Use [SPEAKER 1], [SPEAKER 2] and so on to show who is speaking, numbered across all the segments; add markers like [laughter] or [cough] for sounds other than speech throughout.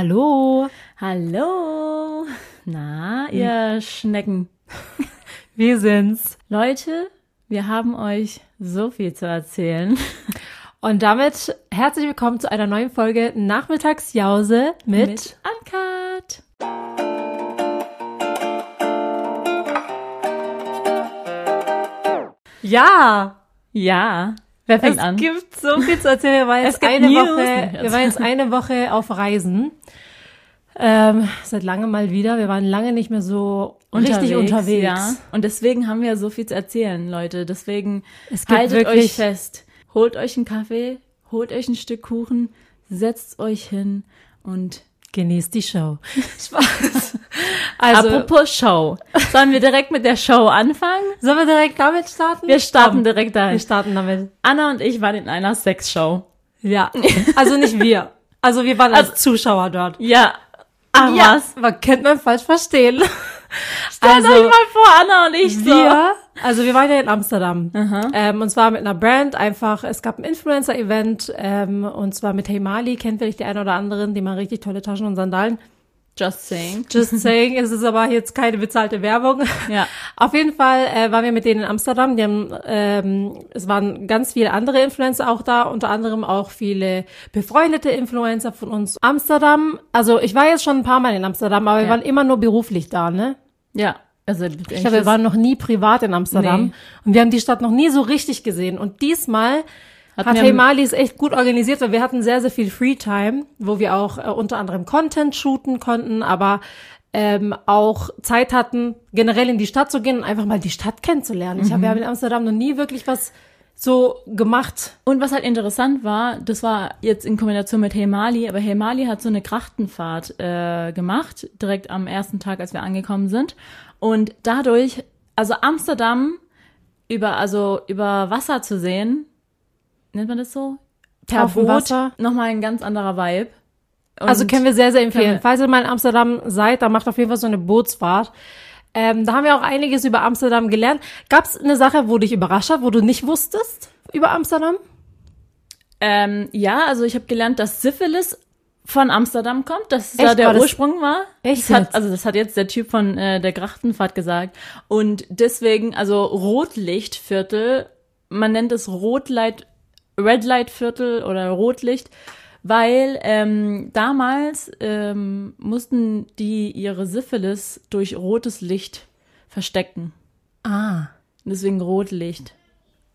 [SPEAKER 1] Hallo.
[SPEAKER 2] Hallo. Na, ihr Schnecken.
[SPEAKER 1] Wir sind's.
[SPEAKER 2] Leute, wir haben euch so viel zu erzählen.
[SPEAKER 1] Und damit herzlich willkommen zu einer neuen Folge Nachmittagsjause mit,
[SPEAKER 2] Mit Uncut.
[SPEAKER 1] Ja.
[SPEAKER 2] Ja. Wer fängt
[SPEAKER 1] es
[SPEAKER 2] an?
[SPEAKER 1] gibt [laughs] so viel zu erzählen. Wir waren
[SPEAKER 2] Es
[SPEAKER 1] jetzt
[SPEAKER 2] gibt
[SPEAKER 1] eine
[SPEAKER 2] News.
[SPEAKER 1] Woche, Also wir waren [laughs] jetzt eine Woche auf Reisen. Ähm, seit langem mal wieder. Wir waren lange nicht mehr so richtig unterwegs.
[SPEAKER 2] Ja. Und deswegen haben wir so viel zu erzählen, Leute. Deswegen
[SPEAKER 1] Es gibt
[SPEAKER 2] haltet
[SPEAKER 1] wirklich-
[SPEAKER 2] euch fest. Holt euch einen Kaffee, holt euch ein Stück Kuchen, setzt euch hin und
[SPEAKER 1] Genießt die Show. [laughs] Spaß. Also,
[SPEAKER 2] Apropos Show. Sollen wir direkt mit der Show anfangen?
[SPEAKER 1] sollen wir direkt damit starten?
[SPEAKER 2] Wir starten
[SPEAKER 1] Komm,
[SPEAKER 2] direkt
[SPEAKER 1] Wir
[SPEAKER 2] dahin.
[SPEAKER 1] starten damit.
[SPEAKER 2] Anna und ich waren in einer Sexshow.
[SPEAKER 1] Ja. Also nicht wir. Also wir waren als Zuschauer dort.
[SPEAKER 2] Ja. Ach was.
[SPEAKER 1] Man könnte man falsch
[SPEAKER 2] [laughs]
[SPEAKER 1] verstehen. Also,
[SPEAKER 2] Stellt euch mal vor, Anna und ich so.
[SPEAKER 1] wir, also wir waren ja in Amsterdam. Ähm, und zwar mit einer Brand einfach, es gab ein Influencer-Event ähm, und zwar mit Hey Mali, kennt vielleicht der eine oder anderen, die machen richtig tolle Taschen und Sandalen.
[SPEAKER 2] Just saying. [laughs]
[SPEAKER 1] Just saying, es ist aber jetzt keine bezahlte Werbung.
[SPEAKER 2] Ja.
[SPEAKER 1] Auf jeden Fall äh, waren wir mit denen in Amsterdam. Die haben, ähm, es waren ganz viele andere Influencer auch da, unter anderem auch viele befreundete Influencer von uns. Amsterdam, also ich war jetzt schon ein paar Mal in Amsterdam, aber wir
[SPEAKER 2] Ja.
[SPEAKER 1] waren immer nur beruflich da, ne?
[SPEAKER 2] Ja. Also
[SPEAKER 1] Ich glaube, wir waren noch nie privat in Amsterdam
[SPEAKER 2] Nee.
[SPEAKER 1] und wir haben die Stadt noch nie so richtig gesehen. Und diesmal
[SPEAKER 2] Hatten
[SPEAKER 1] hat
[SPEAKER 2] wir-
[SPEAKER 1] Hey Mali es echt gut organisiert, weil wir hatten sehr, sehr viel Freetime, wo wir auch äh, unter anderem Content shooten konnten, aber ähm, auch Zeit hatten, generell in die Stadt zu gehen und einfach mal die Stadt kennenzulernen. Ich habe ja in Amsterdam noch nie wirklich was so gemacht.
[SPEAKER 2] Und was halt interessant war, das war jetzt in Kombination mit Hey Mali, aber Hey Mali hat so eine Krachtenfahrt äh, gemacht, direkt am ersten Tag, als wir angekommen sind. Und dadurch, also Amsterdam über, also über Wasser zu sehen, nennt man das so? Per
[SPEAKER 1] Auf dem
[SPEAKER 2] Boot,
[SPEAKER 1] Wasser.
[SPEAKER 2] nochmal ein ganz anderer Vibe. Und
[SPEAKER 1] Also können wir sehr, sehr empfehlen.
[SPEAKER 2] wir-
[SPEAKER 1] Falls ihr mal in Amsterdam seid, dann macht auf jeden Fall so eine Bootsfahrt. Ähm, da haben wir auch einiges über Amsterdam gelernt. Gab es eine Sache, wo dich überrascht hat, wo du nicht wusstest über Amsterdam?
[SPEAKER 2] ähm, ja, also ich habe gelernt, dass Syphilis von Amsterdam kommt, dass da
[SPEAKER 1] Echt? War
[SPEAKER 2] der
[SPEAKER 1] das-
[SPEAKER 2] Ursprung war.
[SPEAKER 1] Echt
[SPEAKER 2] Das hat,
[SPEAKER 1] jetzt?
[SPEAKER 2] also das hat jetzt der Typ von äh, der Grachtenfahrt gesagt. Und deswegen, also Rotlichtviertel, man nennt es Rotlight, Red Light Viertel oder Rotlicht, weil ähm, damals ähm, mussten die ihre Syphilis durch rotes Licht verstecken.
[SPEAKER 1] Ah.
[SPEAKER 2] Deswegen Rotlicht.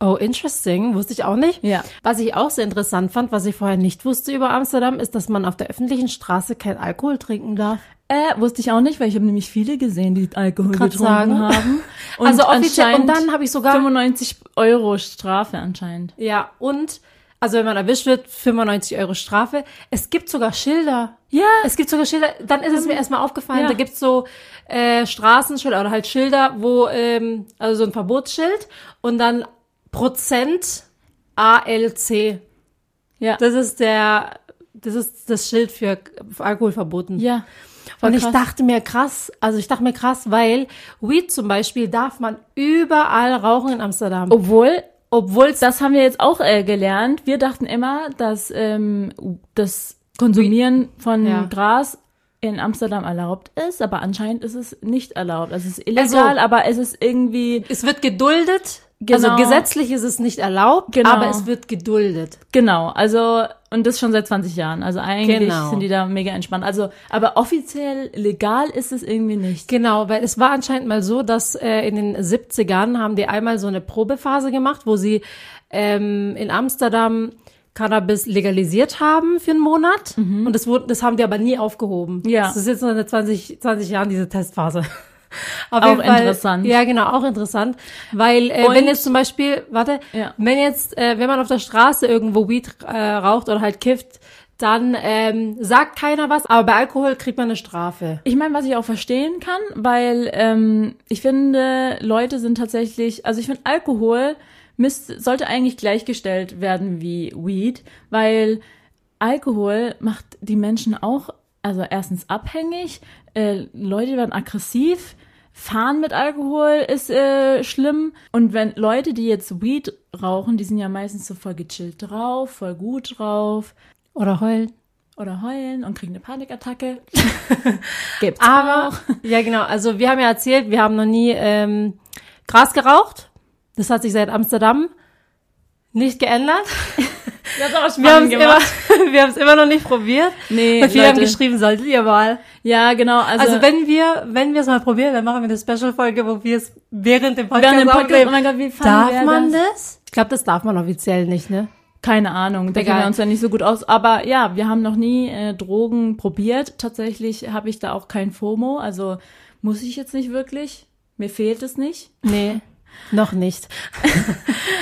[SPEAKER 1] Oh, interesting. Wusste ich auch nicht.
[SPEAKER 2] Ja.
[SPEAKER 1] Was ich auch sehr interessant fand, was ich vorher nicht wusste über Amsterdam, ist, dass man auf der öffentlichen Straße kein Alkohol trinken darf.
[SPEAKER 2] Äh, wusste ich auch nicht, weil ich habe nämlich viele gesehen, die Alkohol
[SPEAKER 1] Grad
[SPEAKER 2] getrunken
[SPEAKER 1] sagen.
[SPEAKER 2] haben. Und
[SPEAKER 1] [laughs] also offiziell. Und
[SPEAKER 2] anscheinend
[SPEAKER 1] dann habe ich sogar.
[SPEAKER 2] 95 Euro Strafe anscheinend.
[SPEAKER 1] ja, und. Also wenn man erwischt wird, 95 Euro Strafe. Es gibt sogar Schilder.
[SPEAKER 2] Ja.
[SPEAKER 1] Es gibt sogar Schilder. Dann ist es mir erstmal aufgefallen,
[SPEAKER 2] Ja.
[SPEAKER 1] da gibt's so äh, Straßenschilder oder halt Schilder, wo, ähm, also so ein Verbotsschild und dann Prozent ALC.
[SPEAKER 2] Ja.
[SPEAKER 1] Das ist der, das ist das Schild für Alkohol verboten.
[SPEAKER 2] ja.
[SPEAKER 1] und ich
[SPEAKER 2] krass.
[SPEAKER 1] dachte mir krass, also ich dachte mir krass, weil Weed zum Beispiel darf man überall rauchen in Amsterdam.
[SPEAKER 2] Obwohl, obwohl, das haben wir jetzt auch äh, gelernt. Wir dachten immer, dass ähm, das Konsumieren von
[SPEAKER 1] Ja.
[SPEAKER 2] Gras in Amsterdam erlaubt ist, aber anscheinend ist es nicht erlaubt. Also es ist illegal,
[SPEAKER 1] Also-
[SPEAKER 2] aber es ist irgendwie
[SPEAKER 1] Es wird geduldet,
[SPEAKER 2] Genau.
[SPEAKER 1] also gesetzlich ist es nicht erlaubt,
[SPEAKER 2] Genau.
[SPEAKER 1] aber es wird geduldet.
[SPEAKER 2] genau. Also und das schon seit 20 Jahren. Also eigentlich
[SPEAKER 1] Genau.
[SPEAKER 2] sind die da mega entspannt. Also aber offiziell legal ist es irgendwie nicht.
[SPEAKER 1] Genau, weil es war anscheinend mal so, dass äh, in den 70ern haben die einmal so eine Probephase gemacht, wo sie ähm, in Amsterdam Cannabis legalisiert haben für einen Monat. Und das, wurde, das haben die aber nie aufgehoben.
[SPEAKER 2] Mhm. Ja.
[SPEAKER 1] Das ist jetzt noch seit 20, 20 Jahren diese Testphase. [laughs] Auf
[SPEAKER 2] Auch interessant.
[SPEAKER 1] Ja, genau, auch interessant. Weil äh,
[SPEAKER 2] Und-
[SPEAKER 1] wenn jetzt zum Beispiel, warte,
[SPEAKER 2] Ja.
[SPEAKER 1] wenn jetzt, äh, wenn man auf der Straße irgendwo Weed äh, raucht oder halt kifft, dann ähm, sagt keiner was, aber bei Alkohol kriegt man eine Strafe.
[SPEAKER 2] Ich meine, was ich auch verstehen kann, weil ähm, ich finde, Leute sind tatsächlich, also ich finde, Alkohol müsste, sollte eigentlich gleichgestellt werden wie Weed, weil Alkohol macht die Menschen auch, also erstens abhängig, äh, Leute werden aggressiv, fahren mit Alkohol ist äh, schlimm und wenn Leute, die jetzt Weed rauchen, die sind ja meistens so voll gechillt drauf, voll gut drauf
[SPEAKER 1] Oder heulen.
[SPEAKER 2] oder heulen und kriegen eine Panikattacke.
[SPEAKER 1] Gibt's Aber, [laughs] ja genau, also wir haben ja erzählt, wir haben noch nie ähm, Gras geraucht. Das hat sich seit Amsterdam nicht geändert. [laughs]
[SPEAKER 2] Das aber
[SPEAKER 1] Wir haben es immer, [laughs] wir haben's immer noch nicht probiert.
[SPEAKER 2] Nee, [laughs]
[SPEAKER 1] Und viele haben
[SPEAKER 2] Leute.
[SPEAKER 1] geschrieben, solltet ihr mal.
[SPEAKER 2] Ja, genau. Also,
[SPEAKER 1] Also, wenn wir, wenn wir es mal probieren, dann machen wir eine Special-Folge, wo wir es während dem Podcast,
[SPEAKER 2] während dem Podcast,
[SPEAKER 1] aufnehmen.
[SPEAKER 2] oh mein Gott, wie fanden
[SPEAKER 1] Darf
[SPEAKER 2] wir
[SPEAKER 1] man
[SPEAKER 2] das?
[SPEAKER 1] das? Ich glaube, das darf man offiziell nicht, ne?
[SPEAKER 2] Keine Ahnung, da
[SPEAKER 1] Egal.
[SPEAKER 2] kennen wir uns ja nicht so gut aus. Aber ja, wir haben noch nie äh, Drogen probiert. Tatsächlich habe ich da auch kein FOMO, also muss ich jetzt nicht wirklich. Mir fehlt es nicht.
[SPEAKER 1] Nee. [laughs] Noch [laughs] nicht.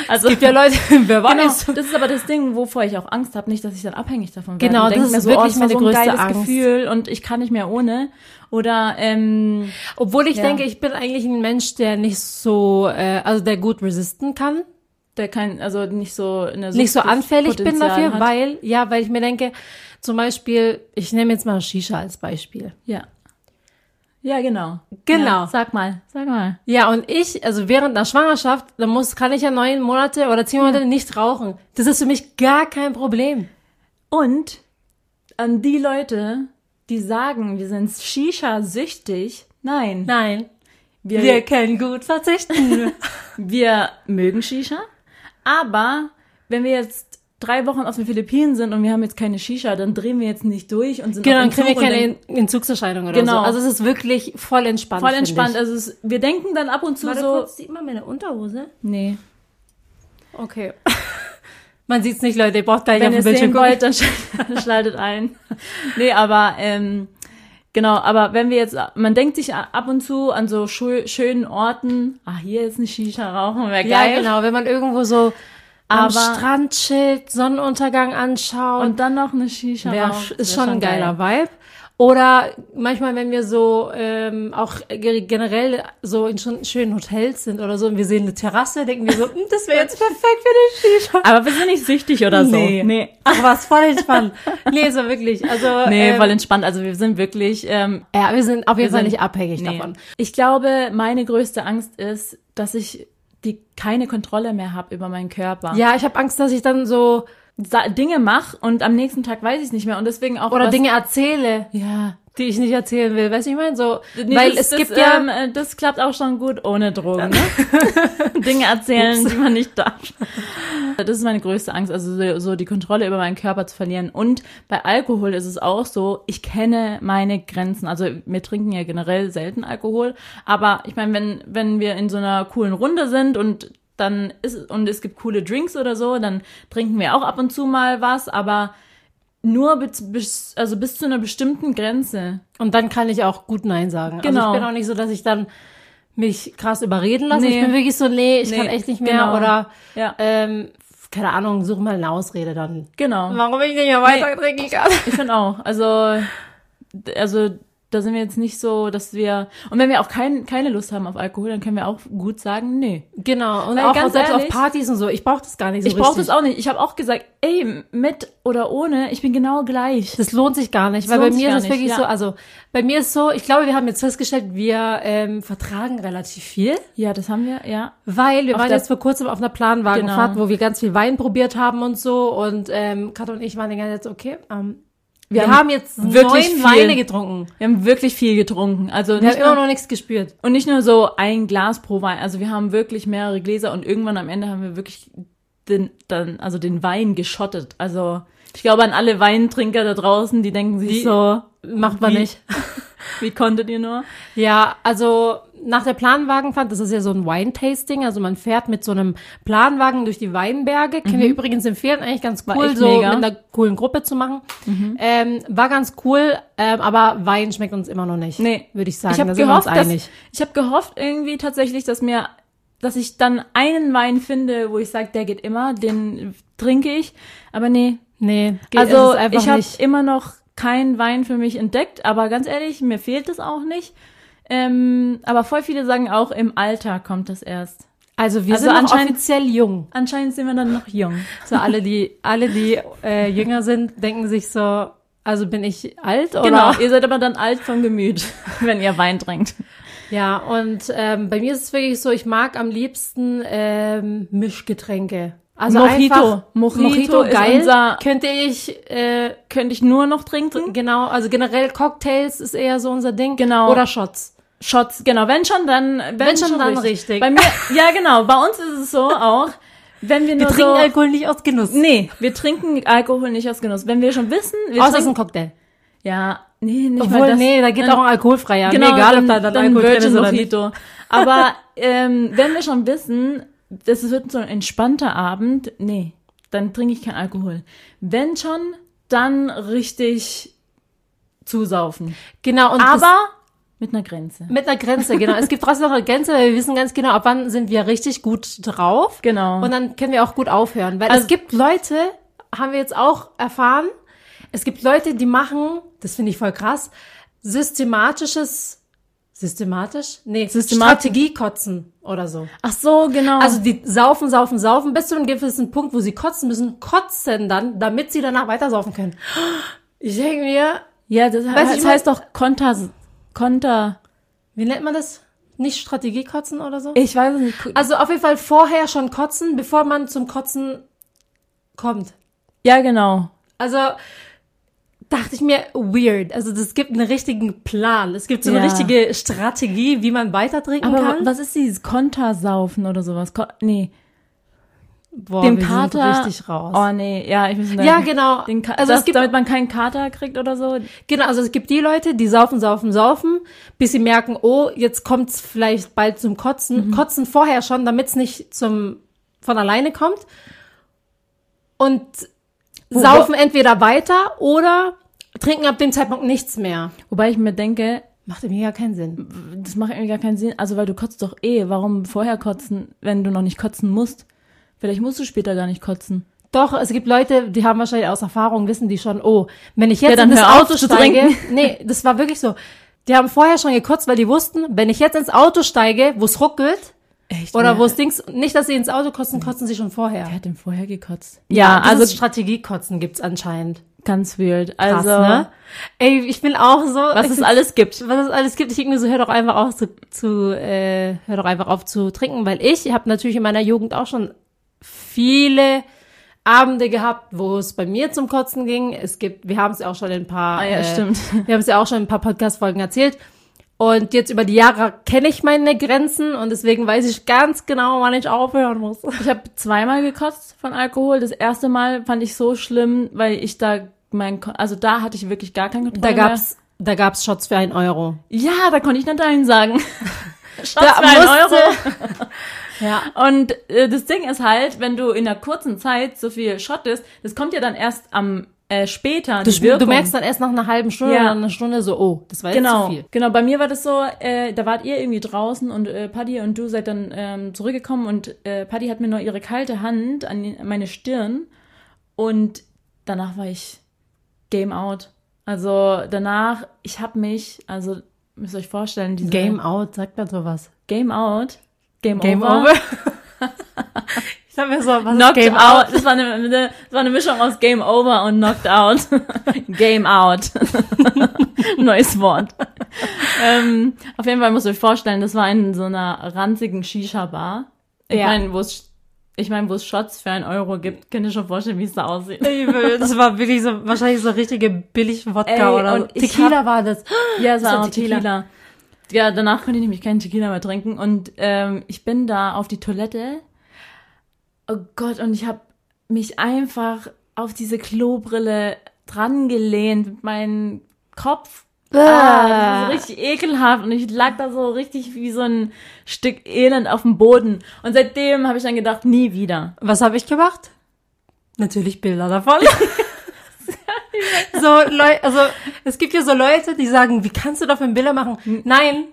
[SPEAKER 2] Also
[SPEAKER 1] Gibt ja Leute, [laughs] wer
[SPEAKER 2] genau,
[SPEAKER 1] weiß.
[SPEAKER 2] das ist aber das Ding, wovor ich auch Angst habe, nicht, dass ich dann abhängig davon werde.
[SPEAKER 1] Genau,
[SPEAKER 2] und denk
[SPEAKER 1] das
[SPEAKER 2] mir
[SPEAKER 1] ist
[SPEAKER 2] so, oh,
[SPEAKER 1] wirklich
[SPEAKER 2] das war
[SPEAKER 1] meine
[SPEAKER 2] so ein
[SPEAKER 1] größte
[SPEAKER 2] geiles
[SPEAKER 1] Angst.
[SPEAKER 2] Gefühl und ich kann nicht mehr ohne. Oder ähm,
[SPEAKER 1] Obwohl ich
[SPEAKER 2] Ja.
[SPEAKER 1] denke, ich bin eigentlich ein Mensch, der nicht so, äh, also der gut resisten kann.
[SPEAKER 2] der kein, also nicht so eine
[SPEAKER 1] nicht so anfällig bin
[SPEAKER 2] Suchtpotenzial
[SPEAKER 1] dafür,
[SPEAKER 2] hat.
[SPEAKER 1] weil, ja, weil ich mir denke, zum Beispiel, ich nehme jetzt mal Shisha als Beispiel.
[SPEAKER 2] ja. Ja, genau.
[SPEAKER 1] Genau.
[SPEAKER 2] Ja, sag mal, sag mal.
[SPEAKER 1] Ja, und ich, also während einer Schwangerschaft, dann muss, kann ich ja neun Monate oder zehn Monate nicht rauchen. Das ist für mich gar kein Problem.
[SPEAKER 2] Und an die Leute, die sagen, wir sind Shisha-süchtig, nein.
[SPEAKER 1] Nein.
[SPEAKER 2] wir,
[SPEAKER 1] Wir
[SPEAKER 2] wir,
[SPEAKER 1] können gut [laughs] verzichten.
[SPEAKER 2] mögen Shisha, aber wenn wir jetzt drei Wochen auf den Philippinen sind und wir haben jetzt keine Shisha, dann drehen wir jetzt nicht durch und sind
[SPEAKER 1] genau, dann
[SPEAKER 2] auf dem
[SPEAKER 1] kriegen wir
[SPEAKER 2] Zug und
[SPEAKER 1] keine
[SPEAKER 2] denken,
[SPEAKER 1] In- Entzugserscheinung oder
[SPEAKER 2] Genau.
[SPEAKER 1] so. Also es ist wirklich voll entspannt.
[SPEAKER 2] voll
[SPEAKER 1] finde
[SPEAKER 2] entspannt. Also es, wir denken dann ab und zu
[SPEAKER 1] Ich. Warte
[SPEAKER 2] so,
[SPEAKER 1] kurz, sieht man meine Unterhose?
[SPEAKER 2] nee.
[SPEAKER 1] Okay. [laughs] Man sieht's nicht, Leute, ihr braucht gleich
[SPEAKER 2] Wenn
[SPEAKER 1] auf
[SPEAKER 2] ihr
[SPEAKER 1] den
[SPEAKER 2] sehen
[SPEAKER 1] Bildschirm
[SPEAKER 2] wollt, dann sch- [laughs] schaltet ein. Nee, aber ähm, genau, aber wenn wir jetzt, man denkt sich a- ab und zu an so schu- schönen Orten, ah, hier ist ein Shisha rauchen, wäre
[SPEAKER 1] Ja,
[SPEAKER 2] geil.
[SPEAKER 1] genau, wenn man irgendwo so am
[SPEAKER 2] Aber-
[SPEAKER 1] Strand chillt, Sonnenuntergang anschaut. genau,
[SPEAKER 2] Und dann noch eine Shisha
[SPEAKER 1] Wär,
[SPEAKER 2] rauchen.
[SPEAKER 1] ist
[SPEAKER 2] wär
[SPEAKER 1] schon ein
[SPEAKER 2] geil.
[SPEAKER 1] geiler Vibe. Oder manchmal, wenn wir so ähm, auch ge- generell so in schon schönen Hotels sind oder so und wir sehen eine Terrasse, denken wir so, "Hm, das wäre jetzt perfekt für den Shisha.
[SPEAKER 2] Aber wir sind nicht süchtig oder so.
[SPEAKER 1] Nee. Aber es ist voll [laughs] entspannt. Nee, so wirklich. Also,
[SPEAKER 2] Nee,
[SPEAKER 1] ähm,
[SPEAKER 2] voll entspannt. Also wir sind wirklich ähm,
[SPEAKER 1] ja, wir sind auf jeden Fall
[SPEAKER 2] sind-
[SPEAKER 1] nicht abhängig
[SPEAKER 2] nee.
[SPEAKER 1] davon.
[SPEAKER 2] Ich glaube, meine größte Angst ist, dass ich die keine Kontrolle mehr habe über meinen Körper.
[SPEAKER 1] Ja, ich habe Angst, dass ich dann so
[SPEAKER 2] Sa Dinge mache und am nächsten Tag weiß ich es nicht mehr und deswegen auch
[SPEAKER 1] oder
[SPEAKER 2] was,
[SPEAKER 1] Dinge erzähle,
[SPEAKER 2] Ja,
[SPEAKER 1] die ich nicht erzählen will. Weißt du, ich meine so,
[SPEAKER 2] Nee,
[SPEAKER 1] weil
[SPEAKER 2] das,
[SPEAKER 1] es gibt
[SPEAKER 2] das,
[SPEAKER 1] ja
[SPEAKER 2] ähm, äh, das klappt auch schon gut ohne Drogen. Ne? [laughs] Dinge erzählen, die man nicht darf. Das ist meine größte Angst, also so, so die Kontrolle über meinen Körper zu verlieren. Und bei Alkohol ist es auch so, ich kenne meine Grenzen. Also wir trinken ja generell selten Alkohol, aber ich meine, wenn wenn wir in so einer coolen Runde sind und dann ist und es gibt coole Drinks oder so, dann trinken wir auch ab und zu mal was, aber nur bis, bis also bis zu einer bestimmten Grenze.
[SPEAKER 1] Und dann kann ich auch gut Nein sagen. Also
[SPEAKER 2] Genau.
[SPEAKER 1] ich bin auch nicht so, dass ich dann mich krass überreden lasse.
[SPEAKER 2] Nee.
[SPEAKER 1] Ich bin wirklich so, nee, ich
[SPEAKER 2] Nee,
[SPEAKER 1] kann echt nicht mehr.
[SPEAKER 2] genau.
[SPEAKER 1] Oder,
[SPEAKER 2] Ja.
[SPEAKER 1] ähm, keine Ahnung, suche mal eine Ausrede dann.
[SPEAKER 2] Genau.
[SPEAKER 1] Warum ich nicht mehr weiter trinken kann.
[SPEAKER 2] Ich finde auch. Also, d- also da sind wir jetzt nicht so, dass wir. Und wenn wir auch kein, keine Lust haben auf Alkohol, dann können wir auch gut sagen, nee.
[SPEAKER 1] Genau. Und
[SPEAKER 2] Weil
[SPEAKER 1] auch
[SPEAKER 2] ganz
[SPEAKER 1] selbst
[SPEAKER 2] ehrlich-
[SPEAKER 1] auf Partys und so. Ich brauche das gar nicht so
[SPEAKER 2] Ich brauche das
[SPEAKER 1] richtig.
[SPEAKER 2] auch nicht. Ich habe auch gesagt, ey, mit oder ohne, ich bin genau gleich.
[SPEAKER 1] Das lohnt sich gar nicht, weil
[SPEAKER 2] lohnt
[SPEAKER 1] bei
[SPEAKER 2] sich
[SPEAKER 1] mir
[SPEAKER 2] gar
[SPEAKER 1] ist es
[SPEAKER 2] nicht,
[SPEAKER 1] wirklich
[SPEAKER 2] ja.
[SPEAKER 1] so, also bei mir ist so, ich glaube, wir haben jetzt festgestellt, wir ähm, vertragen relativ viel,
[SPEAKER 2] Ja, das haben wir, ja.
[SPEAKER 1] weil wir waren
[SPEAKER 2] der-
[SPEAKER 1] jetzt vor kurzem auf einer Planwagenfahrt,
[SPEAKER 2] Genau.
[SPEAKER 1] wo wir ganz viel Wein probiert haben und so und ähm, Kat und ich waren den ganzen jetzt okay, ähm,
[SPEAKER 2] Wir,
[SPEAKER 1] Wir,
[SPEAKER 2] haben,
[SPEAKER 1] haben jetzt
[SPEAKER 2] wirklich
[SPEAKER 1] neun
[SPEAKER 2] viel.
[SPEAKER 1] Weine getrunken.
[SPEAKER 2] wir haben wirklich viel getrunken. Also
[SPEAKER 1] Wir
[SPEAKER 2] nicht
[SPEAKER 1] haben immer
[SPEAKER 2] nur,
[SPEAKER 1] noch nichts gespürt.
[SPEAKER 2] und nicht nur so ein Glas pro Wein. Also wir haben wirklich mehrere Gläser und irgendwann am Ende haben wir wirklich den, dann, also den Wein geschottet. Also ich glaube an alle Weintrinker da draußen, die denken sich
[SPEAKER 1] Die-
[SPEAKER 2] so,
[SPEAKER 1] Macht man
[SPEAKER 2] Wie?
[SPEAKER 1] nicht.
[SPEAKER 2] wie konntet ihr nur?
[SPEAKER 1] Ja, also nach der Planwagenfahrt, das ist ja so ein Wine-Tasting, also man fährt mit so einem Planwagen durch die Weinberge. Können wir übrigens empfehlen, eigentlich ganz
[SPEAKER 2] War
[SPEAKER 1] cool,
[SPEAKER 2] echt
[SPEAKER 1] so
[SPEAKER 2] mega.
[SPEAKER 1] mit einer coolen Gruppe zu machen. Ähm, war ganz cool, ähm, aber Wein schmeckt uns immer noch nicht.
[SPEAKER 2] Nee.
[SPEAKER 1] Würde ich sagen.
[SPEAKER 2] Ich habe
[SPEAKER 1] da sind wir uns
[SPEAKER 2] gehofft, dass,
[SPEAKER 1] einig.
[SPEAKER 2] ich habe gehofft irgendwie tatsächlich, dass mir, dass ich dann einen Wein finde, wo ich sage, der geht immer, den trinke ich. Aber nee,
[SPEAKER 1] Nee, geht- es
[SPEAKER 2] also
[SPEAKER 1] ist einfach
[SPEAKER 2] ich habe
[SPEAKER 1] nicht.
[SPEAKER 2] immer noch keinen Wein für mich entdeckt. Aber ganz ehrlich, mir fehlt es auch nicht. Ähm, aber voll viele sagen auch, im Alter kommt das erst.
[SPEAKER 1] Also wir
[SPEAKER 2] also
[SPEAKER 1] sind noch
[SPEAKER 2] anscheinend-
[SPEAKER 1] offiziell jung.
[SPEAKER 2] Anscheinend sind wir dann noch jung.
[SPEAKER 1] So alle, die, alle, die äh, jünger sind, denken sich so, also bin ich alt oder?
[SPEAKER 2] Genau, ihr seid aber dann alt vom Gemüt, [laughs] wenn ihr Wein trinkt.
[SPEAKER 1] Ja, und ähm, bei mir ist es wirklich so, ich mag am liebsten ähm, Mischgetränke. Also
[SPEAKER 2] Mojito.
[SPEAKER 1] einfach
[SPEAKER 2] Mojito
[SPEAKER 1] Mojito
[SPEAKER 2] ist
[SPEAKER 1] geil.
[SPEAKER 2] unser-
[SPEAKER 1] könnte ich äh,
[SPEAKER 2] Könnte ich nur noch trinken?
[SPEAKER 1] genau, also generell Cocktails ist eher so unser Ding
[SPEAKER 2] Genau.
[SPEAKER 1] oder Shots.
[SPEAKER 2] Shots, genau, wenn schon, dann, wenn,
[SPEAKER 1] Wenn schon,
[SPEAKER 2] schon
[SPEAKER 1] dann richtig.
[SPEAKER 2] Bei mir, ja genau, bei uns ist es so auch, wenn wir
[SPEAKER 1] Wir
[SPEAKER 2] nur
[SPEAKER 1] trinken
[SPEAKER 2] so,
[SPEAKER 1] Alkohol nicht aus Genuss.
[SPEAKER 2] nee, wir trinken Alkohol nicht aus Genuss. Wenn wir schon wissen, wir
[SPEAKER 1] Außer es ist
[SPEAKER 2] trinken,
[SPEAKER 1] ein Cocktail.
[SPEAKER 2] ja, nee, nicht mal
[SPEAKER 1] Obwohl,
[SPEAKER 2] das.
[SPEAKER 1] nee, da geht
[SPEAKER 2] dann-
[SPEAKER 1] auch ein alkoholfreier.
[SPEAKER 2] genau,
[SPEAKER 1] Genau, egal,
[SPEAKER 2] dann,
[SPEAKER 1] ob da dann,
[SPEAKER 2] dann
[SPEAKER 1] Alkohol drin
[SPEAKER 2] Virgin
[SPEAKER 1] ist oder nicht.
[SPEAKER 2] Mojito. Aber ähm, wenn wir schon wissen, das wird so ein entspannter Abend, nee, dann trinke ich keinen Alkohol. Wenn schon, dann richtig zusaufen.
[SPEAKER 1] Genau, und das-
[SPEAKER 2] Aber mit einer Grenze.
[SPEAKER 1] mit einer Grenze, genau. Es gibt trotzdem noch eine Grenze, weil wir wissen ganz genau, ab wann sind wir richtig gut drauf.
[SPEAKER 2] Genau.
[SPEAKER 1] Und dann können wir auch gut aufhören. Weil
[SPEAKER 2] Also-
[SPEAKER 1] es gibt Leute, haben wir jetzt auch erfahren, es gibt Leute, die machen, das finde ich voll krass, systematisches, systematisch? Nee,
[SPEAKER 2] Systematisch.
[SPEAKER 1] Strategiekotzen oder so.
[SPEAKER 2] Ach so, genau.
[SPEAKER 1] Also die saufen, saufen, saufen bis zu einem gewissen Punkt, wo sie kotzen müssen, kotzen dann, damit sie danach weiter saufen können. Ich denke mir,
[SPEAKER 2] Ja, das,
[SPEAKER 1] Weiß ich
[SPEAKER 2] das
[SPEAKER 1] immer-
[SPEAKER 2] heißt doch Konter, Konter.
[SPEAKER 1] wie nennt man das? Nicht Strategiekotzen oder so?
[SPEAKER 2] Ich weiß es nicht. Ku-
[SPEAKER 1] Also auf jeden Fall vorher schon kotzen, bevor man zum Kotzen kommt.
[SPEAKER 2] Ja, genau.
[SPEAKER 1] Also dachte ich mir, weird. Also es gibt einen richtigen Plan. Es gibt so eine
[SPEAKER 2] Ja.
[SPEAKER 1] richtige Strategie, wie man weiter trinken
[SPEAKER 2] Aber wa-
[SPEAKER 1] kann.
[SPEAKER 2] was ist dieses Kontersaufen oder sowas? Ko nee,
[SPEAKER 1] Boah,
[SPEAKER 2] dem
[SPEAKER 1] wir sind
[SPEAKER 2] Kater.
[SPEAKER 1] richtig raus.
[SPEAKER 2] Oh nee, ja, ich muss
[SPEAKER 1] ja, genau.
[SPEAKER 2] Den Ka
[SPEAKER 1] also
[SPEAKER 2] das,
[SPEAKER 1] es gibt
[SPEAKER 2] damit man keinen Kater kriegt oder so.
[SPEAKER 1] genau, also es gibt die Leute, die saufen, saufen, saufen, bis sie merken, oh, jetzt kommt's vielleicht bald zum Kotzen.
[SPEAKER 2] Mhm.
[SPEAKER 1] Kotzen vorher schon, damit's nicht zum von alleine kommt. Und saufen entweder weiter oder trinken ab dem Zeitpunkt nichts mehr.
[SPEAKER 2] Wobei ich mir denke,
[SPEAKER 1] Macht irgendwie ja keinen Sinn.
[SPEAKER 2] das macht irgendwie gar keinen Sinn. Also weil du kotzt doch eh. Warum vorher kotzen, wenn du noch nicht kotzen musst? Vielleicht musst du später gar nicht kotzen.
[SPEAKER 1] Doch, es gibt Leute, die haben wahrscheinlich aus Erfahrung, wissen die schon, oh, wenn ich jetzt
[SPEAKER 2] Ja, dann
[SPEAKER 1] in das
[SPEAKER 2] hör auf
[SPEAKER 1] Auto
[SPEAKER 2] zu
[SPEAKER 1] steige.
[SPEAKER 2] trinken.
[SPEAKER 1] [laughs] Nee, das war wirklich so. Die haben vorher schon gekotzt, weil die wussten, wenn ich jetzt ins Auto steige, wo es ruckelt,
[SPEAKER 2] Echt?
[SPEAKER 1] Oder
[SPEAKER 2] Wer-
[SPEAKER 1] wo es Dings, nicht, dass sie ins Auto kotzen, kotzen sie schon vorher.
[SPEAKER 2] Wer hat denn vorher gekotzt?
[SPEAKER 1] Ja, also
[SPEAKER 2] also
[SPEAKER 1] Strategiekotzen gibt's anscheinend.
[SPEAKER 2] ganz wild.
[SPEAKER 1] Krass,
[SPEAKER 2] Also
[SPEAKER 1] ne? Ey, ich bin auch so,
[SPEAKER 2] was
[SPEAKER 1] ich
[SPEAKER 2] es
[SPEAKER 1] bin-
[SPEAKER 2] alles gibt.
[SPEAKER 1] was es alles gibt, ich denke mir so, hör doch einfach auf zu, zu äh, hör doch einfach auf zu trinken, weil ich habe natürlich in meiner Jugend auch schon viele Abende gehabt, wo es bei mir zum Kotzen ging. Es gibt, wir haben es ja auch schon in ein paar, äh,
[SPEAKER 2] Ah ja, stimmt.
[SPEAKER 1] wir haben es ja auch schon in ein paar Podcast-Folgen erzählt. Und jetzt über die Jahre kenne ich meine Grenzen und deswegen weiß ich ganz genau, wann ich aufhören muss.
[SPEAKER 2] Ich habe zweimal gekotzt von Alkohol. Das erste Mal fand ich so schlimm, weil ich da mein, Ko- also da hatte ich wirklich gar keinen Kontrolle
[SPEAKER 1] Da gab's, da gab's Shots für einen Euro.
[SPEAKER 2] mehr. Ja, da konnte ich nicht
[SPEAKER 1] [laughs]
[SPEAKER 2] Nein sagen. Schatz,
[SPEAKER 1] Da
[SPEAKER 2] für einen
[SPEAKER 1] musste-
[SPEAKER 2] Euro.
[SPEAKER 1] Ja.
[SPEAKER 2] Und äh, das Ding ist halt, wenn du in einer kurzen Zeit so viel schottest, das kommt ja dann erst am äh, später.
[SPEAKER 1] Du,
[SPEAKER 2] die Wirkung.
[SPEAKER 1] du merkst dann erst nach einer halben Stunde
[SPEAKER 2] Ja.
[SPEAKER 1] oder einer Stunde so, oh, das war jetzt
[SPEAKER 2] genau,
[SPEAKER 1] zu viel.
[SPEAKER 2] Genau, bei mir war das so, äh, da wart ihr irgendwie draußen und äh, Paddy und du seid dann ähm, zurückgekommen und äh, Paddy hat mir nur ihre kalte Hand an die- meine Stirn und danach war ich game out. Also danach, ich hab mich, also müsst ihr euch vorstellen, diese
[SPEAKER 1] Game out, sagt man sowas.
[SPEAKER 2] game out, game,
[SPEAKER 1] Game
[SPEAKER 2] over.
[SPEAKER 1] over. [laughs] ich dachte mir so, was
[SPEAKER 2] Knocked
[SPEAKER 1] ist Game out?
[SPEAKER 2] out. Das, war eine, eine, das war eine Mischung aus Game Over und
[SPEAKER 1] [laughs]
[SPEAKER 2] Knocked Out. Game Out. Neues Wort. ähm, auf jeden Fall muss ich euch vorstellen, das war in so einer ranzigen Shisha-Bar. Ich
[SPEAKER 1] Ja.
[SPEAKER 2] meine, wo es ich mein, wo es Shots für einen Euro gibt, könnt ihr schon vorstellen, wie es da aussieht.
[SPEAKER 1] Das war billig, so, wahrscheinlich so richtige billig Wodka
[SPEAKER 2] Ey,
[SPEAKER 1] oder so.
[SPEAKER 2] und ich
[SPEAKER 1] Tequila war das.
[SPEAKER 2] Ja, es
[SPEAKER 1] Ist
[SPEAKER 2] war
[SPEAKER 1] ja
[SPEAKER 2] auch Tequila.
[SPEAKER 1] Tequila.
[SPEAKER 2] Ja, danach konnte ich nämlich keinen Tequila mehr trinken. Und ähm, ich bin da auf die Toilette. Oh Gott, und ich habe mich einfach auf diese Klobrille drangelehnt mit meinem Kopf. Ah, das ist richtig ekelhaft und ich lag da so richtig wie so ein Stück Elend auf dem Boden. Und seitdem habe ich dann gedacht, nie wieder.
[SPEAKER 1] Was habe ich gemacht? Natürlich Bilder
[SPEAKER 2] [laughs]
[SPEAKER 1] davon. so Leute, also es gibt ja so Leute, die sagen, wie kannst du davon Bilder machen? Nein,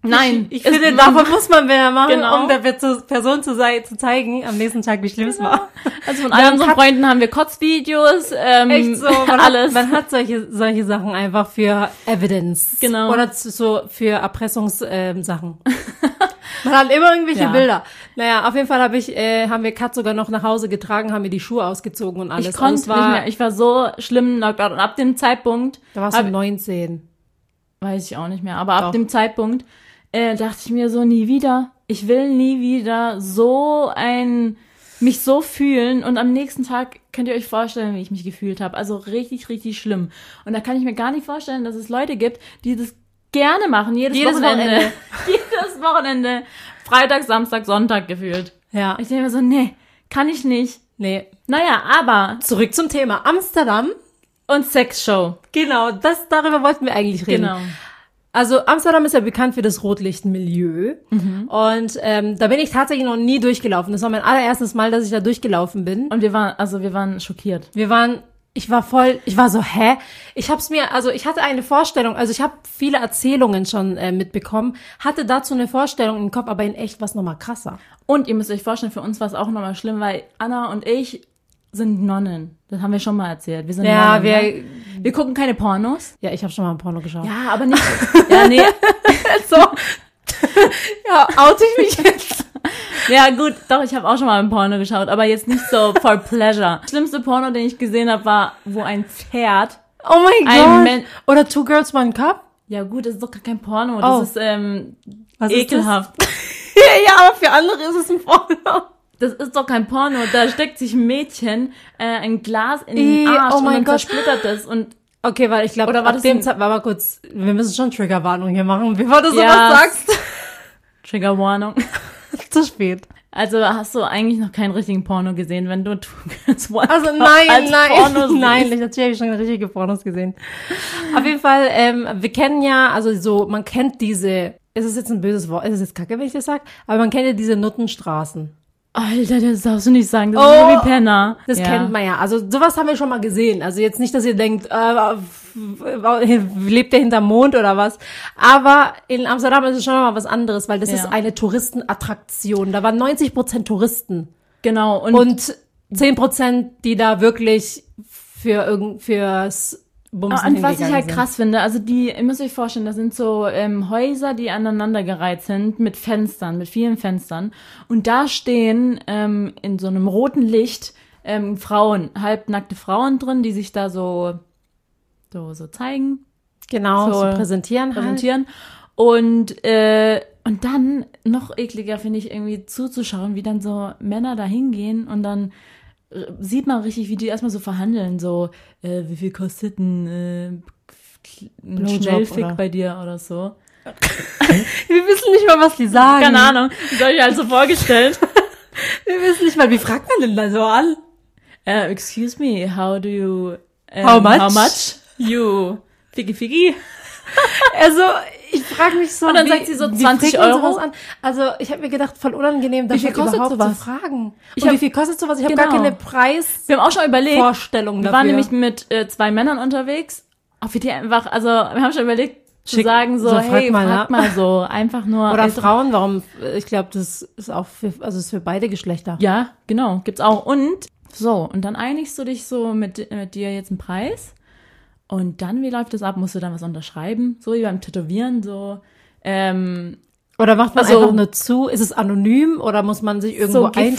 [SPEAKER 2] Nein,
[SPEAKER 1] ich,
[SPEAKER 2] es-
[SPEAKER 1] ich finde, davon muss man Bilder machen,
[SPEAKER 2] Genau.
[SPEAKER 1] um der Pe- zu- Person zu, sei, zu zeigen, am nächsten Tag, wie schlimm es war.
[SPEAKER 2] Also von all unseren Freunden haben wir Kotzvideos, ähm,
[SPEAKER 1] Echt so, man Hat,
[SPEAKER 2] alles.
[SPEAKER 1] man hat solche, solche Sachen einfach für Evidence.
[SPEAKER 2] Genau.
[SPEAKER 1] Oder zu, so für Erpressungssachen. Ähm, Sachen. [laughs] man hat immer irgendwelche
[SPEAKER 2] Ja.
[SPEAKER 1] Bilder. Naja, auf jeden Fall hab ich, äh, haben wir Kat sogar noch nach Hause getragen, haben mir die Schuhe ausgezogen und alles.
[SPEAKER 2] Ich
[SPEAKER 1] Und
[SPEAKER 2] konnte
[SPEAKER 1] es
[SPEAKER 2] nicht mehr. Ich war so schlimm knocked out. Und ab dem Zeitpunkt,
[SPEAKER 1] Da um warst du
[SPEAKER 2] hab-
[SPEAKER 1] 19.
[SPEAKER 2] weiß ich auch nicht mehr, aber ab
[SPEAKER 1] Doch.
[SPEAKER 2] dem Zeitpunkt äh, dachte ich mir so nie wieder. Ich will nie wieder so ein mich so fühlen und am nächsten Tag könnt ihr euch vorstellen, wie ich mich gefühlt habe. Also richtig, richtig schlimm. Und da kann ich mir gar nicht vorstellen, dass es Leute gibt, die das gerne machen, jedes,
[SPEAKER 1] Jedes
[SPEAKER 2] Wochenende.
[SPEAKER 1] Wochenende.
[SPEAKER 2] [laughs] jedes Wochenende. Freitag, Samstag, Sonntag gefühlt.
[SPEAKER 1] Ja.
[SPEAKER 2] Ich denke mir so, nee, kann ich nicht.
[SPEAKER 1] Nee.
[SPEAKER 2] Naja, aber.
[SPEAKER 1] Zurück zum Thema Amsterdam.
[SPEAKER 2] Und Sexshow.
[SPEAKER 1] Genau, das, darüber wollten wir eigentlich reden.
[SPEAKER 2] Genau.
[SPEAKER 1] Also Amsterdam ist ja bekannt für das Rotlichtmilieu. Und ähm, da bin ich tatsächlich noch nie durchgelaufen. Das war mein allererstes Mal, dass ich da durchgelaufen bin.
[SPEAKER 2] Und wir waren, also wir waren schockiert.
[SPEAKER 1] Wir waren, ich war voll, ich war so, hä? Ich hab's mir, also ich hatte eine Vorstellung, also ich habe viele Erzählungen schon äh, mitbekommen, hatte dazu eine Vorstellung im Kopf, aber in echt war's nochmal krasser.
[SPEAKER 2] Und ihr müsst euch vorstellen, für uns war es auch nochmal schlimm, weil Anna und ich sind Nonnen. Das haben wir schon mal erzählt. Wir sind
[SPEAKER 1] Ja,
[SPEAKER 2] Nonnen. ne?
[SPEAKER 1] wir,
[SPEAKER 2] wir gucken keine Pornos.
[SPEAKER 1] ja, ich habe schon mal ein Porno geschaut.
[SPEAKER 2] Ja,
[SPEAKER 1] [laughs]
[SPEAKER 2] aber nicht. ja, nee. so.
[SPEAKER 1] Ja, oute ich mich jetzt?
[SPEAKER 2] Ja, gut, doch, ich habe auch schon mal ein Porno geschaut, aber jetzt nicht so for pleasure. Schlimmste Porno, den ich gesehen habe, war, wo ein Pferd.
[SPEAKER 1] Oh mein
[SPEAKER 2] Ein
[SPEAKER 1] Gott.
[SPEAKER 2] Men-
[SPEAKER 1] Oder Two Girls, One Cup?
[SPEAKER 2] Ja, gut, das ist doch gar kein Porno. Das
[SPEAKER 1] Oh.
[SPEAKER 2] ist ähm,
[SPEAKER 1] Was ist
[SPEAKER 2] ekelhaft.
[SPEAKER 1] das? [laughs] ja, aber für andere ist es ein Porno.
[SPEAKER 2] Das ist doch kein Porno. Da steckt sich ein Mädchen äh, ein Glas in
[SPEAKER 1] Ih,
[SPEAKER 2] den Arsch
[SPEAKER 1] oh
[SPEAKER 2] und
[SPEAKER 1] mein
[SPEAKER 2] dann
[SPEAKER 1] Gott.
[SPEAKER 2] zersplittert das. Und
[SPEAKER 1] Okay, weil ich glaube,
[SPEAKER 2] Oder war
[SPEAKER 1] ab
[SPEAKER 2] das
[SPEAKER 1] dem
[SPEAKER 2] ein-
[SPEAKER 1] Zeit, war mal kurz, wir müssen schon Triggerwarnung hier machen, [laughs] bevor du sowas
[SPEAKER 2] Ja.
[SPEAKER 1] sagst. [laughs]
[SPEAKER 2] Triggerwarnung.
[SPEAKER 1] Zu spät.
[SPEAKER 2] Also hast du eigentlich noch keinen richtigen Porno gesehen, wenn du [laughs] Two Girls One
[SPEAKER 1] Also
[SPEAKER 2] Cup
[SPEAKER 1] nein,
[SPEAKER 2] als
[SPEAKER 1] nein, [laughs]
[SPEAKER 2] Porno siehst.
[SPEAKER 1] nein, ich, natürlich habe ich schon richtige Pornos gesehen. Auf jeden Fall, ähm, wir kennen ja, also so, man kennt diese, es ist jetzt ein böses Wort, es ist jetzt kacke, wenn ich das sag, aber man kennt ja diese Nuttenstraßen.
[SPEAKER 2] Alter, das darfst du nicht sagen. Das
[SPEAKER 1] Oh.
[SPEAKER 2] ist so wie Penner.
[SPEAKER 1] Das
[SPEAKER 2] ja.
[SPEAKER 1] kennt man ja. Also sowas haben wir schon mal gesehen. Also jetzt nicht, dass ihr denkt, äh, f- f- lebt der hinterm Mond oder was. Aber in Amsterdam ist es schon mal was anderes, weil das
[SPEAKER 2] Ja.
[SPEAKER 1] ist eine Touristenattraktion. Da waren 90 Prozent Touristen
[SPEAKER 2] Genau. Und,
[SPEAKER 1] und 10 Prozent, die da wirklich für irgend fürs Bumsen
[SPEAKER 2] und was ich
[SPEAKER 1] hingegangen
[SPEAKER 2] halt
[SPEAKER 1] sind.
[SPEAKER 2] krass finde, also die, ihr müsst euch vorstellen, das sind so ähm, Häuser, die aneinandergereiht sind mit Fenstern, mit vielen Fenstern. Und da stehen ähm, in so einem roten Licht ähm, Frauen, halbnackte Frauen drin, die sich da so, so, so zeigen.
[SPEAKER 1] genau
[SPEAKER 2] so
[SPEAKER 1] so präsentieren, halt.
[SPEAKER 2] präsentieren. Und, äh, und dann, noch ekliger finde ich irgendwie zuzuschauen, wie dann so Männer da hingehen und dann äh, sieht man richtig, wie die erstmal so verhandeln, so, äh, wie viel kostet ein, äh, Kl- ein
[SPEAKER 1] Blowjob,
[SPEAKER 2] Schnellfick
[SPEAKER 1] oder?
[SPEAKER 2] bei dir oder so.
[SPEAKER 1] Wir wissen nicht mal, was die sagen.
[SPEAKER 2] Keine Ahnung, das habe ich halt so vorgestellt. [laughs]
[SPEAKER 1] Wir wissen nicht mal, wie fragt man denn da so an?
[SPEAKER 2] äh, excuse me, how do you... ähm,
[SPEAKER 1] How much?
[SPEAKER 2] How much? You... Figgy, figgy.
[SPEAKER 1] Also, ich frage mich so.
[SPEAKER 2] Und dann
[SPEAKER 1] wie,
[SPEAKER 2] sagt sie so
[SPEAKER 1] wie
[SPEAKER 2] 20
[SPEAKER 1] fragt man
[SPEAKER 2] Euro?
[SPEAKER 1] sowas An. Also, ich habe mir gedacht, voll unangenehm,
[SPEAKER 2] viel
[SPEAKER 1] dafür
[SPEAKER 2] kostet
[SPEAKER 1] überhaupt
[SPEAKER 2] sowas?
[SPEAKER 1] zu fragen.
[SPEAKER 2] Ich
[SPEAKER 1] Ich Und
[SPEAKER 2] hab-
[SPEAKER 1] wie viel kostet sowas? Ich habe gar
[SPEAKER 2] Genau.
[SPEAKER 1] keine Preisvorstellung
[SPEAKER 2] Wir haben auch schon überlegt, Wir
[SPEAKER 1] dafür.
[SPEAKER 2] waren nämlich mit äh, zwei Männern unterwegs, auf die einfach, also wir haben schon überlegt zu
[SPEAKER 1] Schick-
[SPEAKER 2] sagen so,
[SPEAKER 1] so, frag
[SPEAKER 2] hey,
[SPEAKER 1] mal,
[SPEAKER 2] frag
[SPEAKER 1] ne?
[SPEAKER 2] mal so, einfach nur.
[SPEAKER 1] Oder
[SPEAKER 2] Ist-
[SPEAKER 1] Frauen, warum? äh, Ich glaube, das ist auch für, also ist für beide Geschlechter.
[SPEAKER 2] ja, genau, gibt's auch. Und so, und dann einigst du dich so mit, mit dir jetzt einen Preis. Und dann, wie läuft das ab? Musst du dann was unterschreiben? So wie beim Tätowieren, so. Ähm,
[SPEAKER 1] Oder macht man
[SPEAKER 2] Also-
[SPEAKER 1] einfach nur zu? Ist es anonym oder muss man sich irgendwo
[SPEAKER 2] so
[SPEAKER 1] eintragen?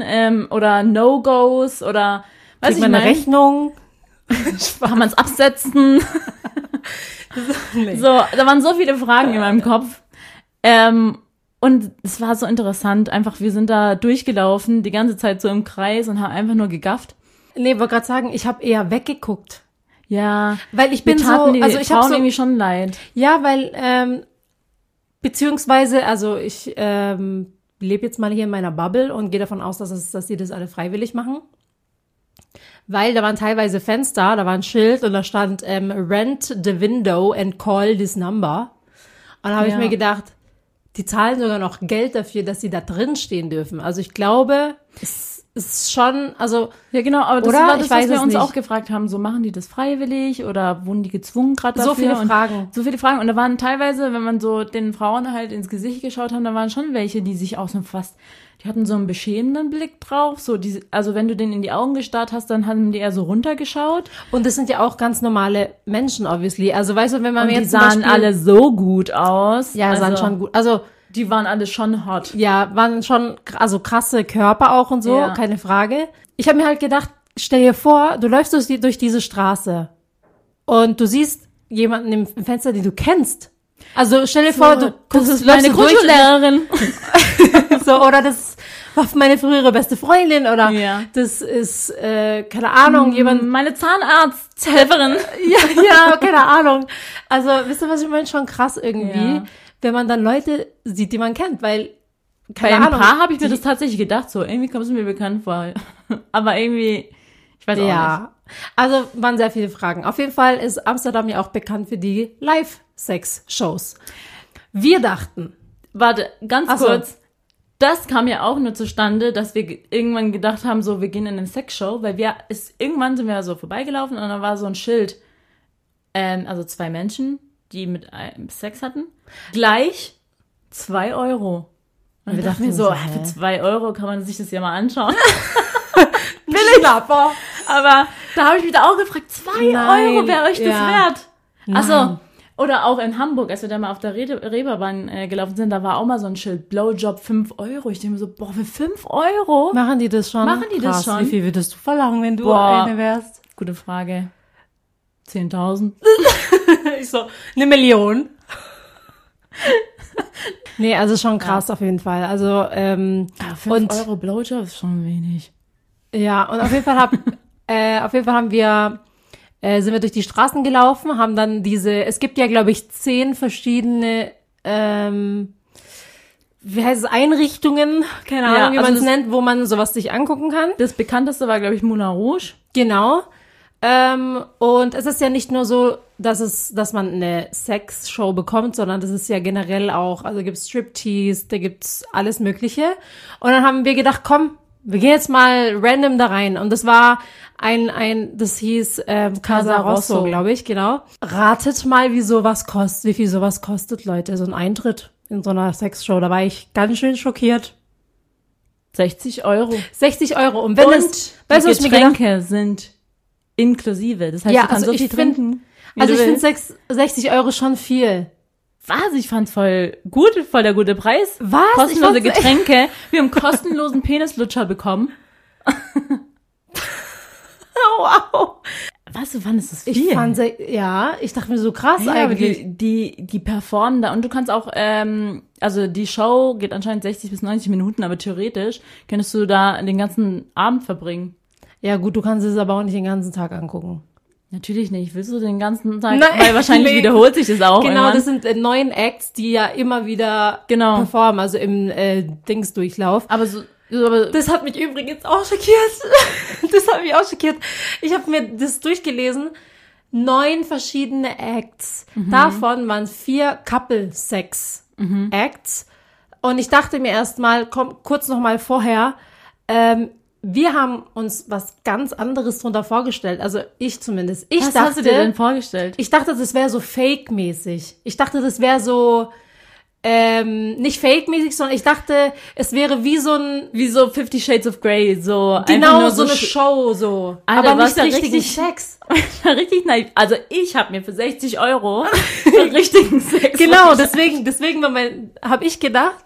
[SPEAKER 2] Gefahren ähm, oder No-Gos oder weiß
[SPEAKER 1] Kriegt
[SPEAKER 2] ich
[SPEAKER 1] man eine
[SPEAKER 2] nicht,
[SPEAKER 1] Rechnung?
[SPEAKER 2] kann man's absetzen?
[SPEAKER 1] [laughs] Nee. Äh.
[SPEAKER 2] So, da waren so viele Fragen in meinem Kopf. Ähm, und es war so interessant. Einfach, wir sind da durchgelaufen, die ganze Zeit so im Kreis und haben einfach nur gegafft.
[SPEAKER 1] Nee, wollte gerade sagen, ich habe eher weggeguckt.
[SPEAKER 2] Ja,
[SPEAKER 1] Weil ich
[SPEAKER 2] mir
[SPEAKER 1] bin so,
[SPEAKER 2] taten die
[SPEAKER 1] also ich
[SPEAKER 2] Frauen
[SPEAKER 1] habe so
[SPEAKER 2] irgendwie schon leid.
[SPEAKER 1] Ja, weil, ähm, beziehungsweise, also ich ähm, lebe jetzt mal hier in meiner Bubble und gehe davon aus, dass, es, dass die das alle freiwillig machen. Weil da waren teilweise Fenster, da war ein Schild und da stand ähm, Rent the window and call this number. Und da habe
[SPEAKER 2] Ja.
[SPEAKER 1] ich mir gedacht, die zahlen sogar noch Geld dafür, dass sie da drin stehen dürfen. Also ich glaube, es ist schon, also
[SPEAKER 2] Ja, genau, aber das
[SPEAKER 1] Oder?
[SPEAKER 2] war das,
[SPEAKER 1] Ich weiß
[SPEAKER 2] was wir
[SPEAKER 1] es
[SPEAKER 2] uns
[SPEAKER 1] nicht.
[SPEAKER 2] auch gefragt haben. So, machen die das freiwillig oder wurden die gezwungen gerade dafür?
[SPEAKER 1] so viele
[SPEAKER 2] und
[SPEAKER 1] Fragen.
[SPEAKER 2] So viele Fragen. Und da waren teilweise, wenn man so den Frauen halt ins Gesicht geschaut haben, da waren schon welche, die sich auch so fast, die hatten so einen beschämenden Blick drauf. So die, also wenn du denen in die Augen gestarrt hast, dann haben die eher so runtergeschaut.
[SPEAKER 1] Und das sind ja auch ganz normale Menschen, obviously. Also weißt du, wenn man
[SPEAKER 2] Und
[SPEAKER 1] mir
[SPEAKER 2] die
[SPEAKER 1] jetzt zum
[SPEAKER 2] sahen
[SPEAKER 1] Beispiel-
[SPEAKER 2] alle so gut aus.
[SPEAKER 1] ja,
[SPEAKER 2] also,
[SPEAKER 1] sahen schon gut. Also
[SPEAKER 2] Die waren alle schon hot.
[SPEAKER 1] ja, waren schon kr- also krasse Körper auch und so,
[SPEAKER 2] Ja.
[SPEAKER 1] keine Frage. Ich habe mir halt gedacht, stell dir vor, du läufst durch, die, durch diese Straße und du siehst jemanden im im Fenster, den du kennst. Also stell dir vor, du
[SPEAKER 2] das
[SPEAKER 1] guckst,
[SPEAKER 2] ist
[SPEAKER 1] läufst
[SPEAKER 2] meine
[SPEAKER 1] du durch-
[SPEAKER 2] Grundschullehrerin.
[SPEAKER 1] so, oder das war meine frühere beste Freundin oder
[SPEAKER 2] Ja. Mhm.
[SPEAKER 1] das ist, äh, keine Ahnung, jemand.
[SPEAKER 2] Meine [laughs] Zahnarzthelferin.
[SPEAKER 1] Ja, [laughs] ja, keine Ahnung. Also, wisst ihr, was ich meine? Schon krass irgendwie,
[SPEAKER 2] Ja.
[SPEAKER 1] wenn man dann Leute sieht, die man kennt, weil,
[SPEAKER 2] Bei
[SPEAKER 1] keine
[SPEAKER 2] ein
[SPEAKER 1] Ahnung.
[SPEAKER 2] paar habe ich mir das tatsächlich gedacht, so irgendwie kommt es mir bekannt vor. [laughs] Aber irgendwie, ich weiß auch nicht.
[SPEAKER 1] Ja. Also waren sehr viele Fragen. Auf jeden Fall ist Amsterdam ja auch bekannt für die Live-Sex-Shows. Wir dachten,
[SPEAKER 2] Warte, ganz
[SPEAKER 1] Ach so.
[SPEAKER 2] kurz. Das kam ja auch nur zustande, dass wir ge- irgendwann gedacht haben, so, wir gehen in eine Sexshow, weil wir, ist, irgendwann sind wir so vorbeigelaufen und dann war so ein Schild, ähm, also zwei Menschen, die mit einem Sex hatten, gleich zwei Euro. Und wir dachten mir so,
[SPEAKER 1] hä?
[SPEAKER 2] für zwei Euro kann man sich das ja mal anschauen.
[SPEAKER 1] billig. Schnapper.
[SPEAKER 2] Aber da habe ich mich da auch gefragt, zwei
[SPEAKER 1] Nein,
[SPEAKER 2] Euro wäre euch das
[SPEAKER 1] ja.
[SPEAKER 2] wert?
[SPEAKER 1] Nein.
[SPEAKER 2] Also oder auch in Hamburg, als wir da mal auf der Rede- Reeperbahn äh, gelaufen sind, da war auch mal so ein Schild, Blowjob 5 Euro. Ich denke mir so, boah, für 5 Euro?
[SPEAKER 1] Machen die das schon?
[SPEAKER 2] Machen die
[SPEAKER 1] Krass,
[SPEAKER 2] das schon?
[SPEAKER 1] Wie viel würdest du verlangen, wenn du
[SPEAKER 2] Boah.
[SPEAKER 1] eine wärst?
[SPEAKER 2] Gute Frage. 10.000?
[SPEAKER 1] [laughs] Ich so, eine Million. nee, also schon krass auf jeden Fall. Also, ähm,
[SPEAKER 2] Ja, 5
[SPEAKER 1] und
[SPEAKER 2] Euro Blowjob ist schon wenig.
[SPEAKER 1] Ja, und auf jeden
[SPEAKER 2] [laughs]
[SPEAKER 1] Fall, hab, äh, auf jeden Fall haben wir, äh, sind wir durch die Straßen gelaufen, haben dann diese, es gibt ja, glaube ich, zehn verschiedene, ähm, wie heißt es, Einrichtungen, keine
[SPEAKER 2] Ja,
[SPEAKER 1] Ahnung, wie
[SPEAKER 2] also
[SPEAKER 1] man es
[SPEAKER 2] das-
[SPEAKER 1] nennt, wo man sowas sich angucken kann.
[SPEAKER 2] Das bekannteste war, glaube ich, Moulin Rouge.
[SPEAKER 1] Genau. Ähm, und es ist ja nicht nur so, dass es, dass man eine Sexshow bekommt, sondern das ist ja generell auch, also gibt's Striptease, da gibt's alles Mögliche. Und dann haben wir gedacht, komm, wir gehen jetzt mal random da rein. Und das war ein, ein, das hieß ähm, Casa
[SPEAKER 2] Casa
[SPEAKER 1] Rosso,
[SPEAKER 2] Rosso.
[SPEAKER 1] glaube ich, genau. Ratet mal, wie sowas kostet, wie viel sowas kostet, Leute, so ein Eintritt in so einer Sexshow. Da war ich ganz schön schockiert.
[SPEAKER 2] 60 Euro.
[SPEAKER 1] 60 Euro. Und wenn
[SPEAKER 2] und
[SPEAKER 1] es, weißt du, was ich
[SPEAKER 2] die
[SPEAKER 1] mir gedacht
[SPEAKER 2] Getränke sind inklusive. Das heißt,
[SPEAKER 1] Ja,
[SPEAKER 2] du kannst
[SPEAKER 1] also
[SPEAKER 2] so
[SPEAKER 1] ich
[SPEAKER 2] viel
[SPEAKER 1] find-
[SPEAKER 2] trinken. wie
[SPEAKER 1] Also
[SPEAKER 2] du
[SPEAKER 1] ich finde
[SPEAKER 2] willst.
[SPEAKER 1] 60 Euro schon viel.
[SPEAKER 2] Was? Ich fand's voll gut, voll der gute Preis.
[SPEAKER 1] Was? Ich
[SPEAKER 2] Kostenlose
[SPEAKER 1] fand's echt-
[SPEAKER 2] Getränke. Wir haben kostenlosen Penislutscher bekommen. [laughs]
[SPEAKER 1] Wow.
[SPEAKER 2] Was, du fandest das
[SPEAKER 1] Ich fand, se- ja, ich dachte mir so krass
[SPEAKER 2] ja, aber
[SPEAKER 1] eigentlich.
[SPEAKER 2] die, die, die performen da. Und du kannst auch, ähm, also die Show geht anscheinend 60 bis 90 Minuten, aber theoretisch könntest du da den ganzen Abend verbringen.
[SPEAKER 1] Ja gut, du kannst es aber auch nicht den ganzen Tag angucken.
[SPEAKER 2] Natürlich nicht. Willst du den ganzen Tag?
[SPEAKER 1] Nein,
[SPEAKER 2] weil wahrscheinlich
[SPEAKER 1] nee.
[SPEAKER 2] wiederholt sich das auch.
[SPEAKER 1] genau,
[SPEAKER 2] irgendwann.
[SPEAKER 1] das sind äh, neun Acts, die ja immer wieder
[SPEAKER 2] Genau.
[SPEAKER 1] performen, also im äh, Dingsdurchlauf.
[SPEAKER 2] aber so, so aber
[SPEAKER 1] Das hat mich übrigens auch schockiert. [laughs] Das hat mich auch schockiert. Ich habe mir das durchgelesen. Neun verschiedene Acts.
[SPEAKER 2] Mhm.
[SPEAKER 1] Davon waren vier Couple-Sex-Acts. Und ich dachte mir erstmal, komm, kurz nochmal vorher, ähm, wir haben uns was ganz anderes drunter vorgestellt. Also ich zumindest. Ich
[SPEAKER 2] was
[SPEAKER 1] dachte,
[SPEAKER 2] hast du dir denn vorgestellt?
[SPEAKER 1] ich dachte, das wäre so fake-mäßig. Ich dachte, das wäre so ähm, nicht fake-mäßig, sondern ich dachte, es wäre wie so ein
[SPEAKER 2] Wie so Fifty Shades of Grey, so einfach
[SPEAKER 1] Genau,
[SPEAKER 2] nur
[SPEAKER 1] so, eine
[SPEAKER 2] sch-
[SPEAKER 1] Show so.
[SPEAKER 2] Alter,
[SPEAKER 1] aber
[SPEAKER 2] was
[SPEAKER 1] nicht
[SPEAKER 2] da
[SPEAKER 1] richtigen
[SPEAKER 2] richtig-
[SPEAKER 1] Sex.
[SPEAKER 2] [laughs] richtig naiv. Also ich habe mir für 60 Euro
[SPEAKER 1] [laughs]
[SPEAKER 2] einen richtigen Sex.
[SPEAKER 1] [laughs] Genau, deswegen, deswegen war mein, habe ich gedacht,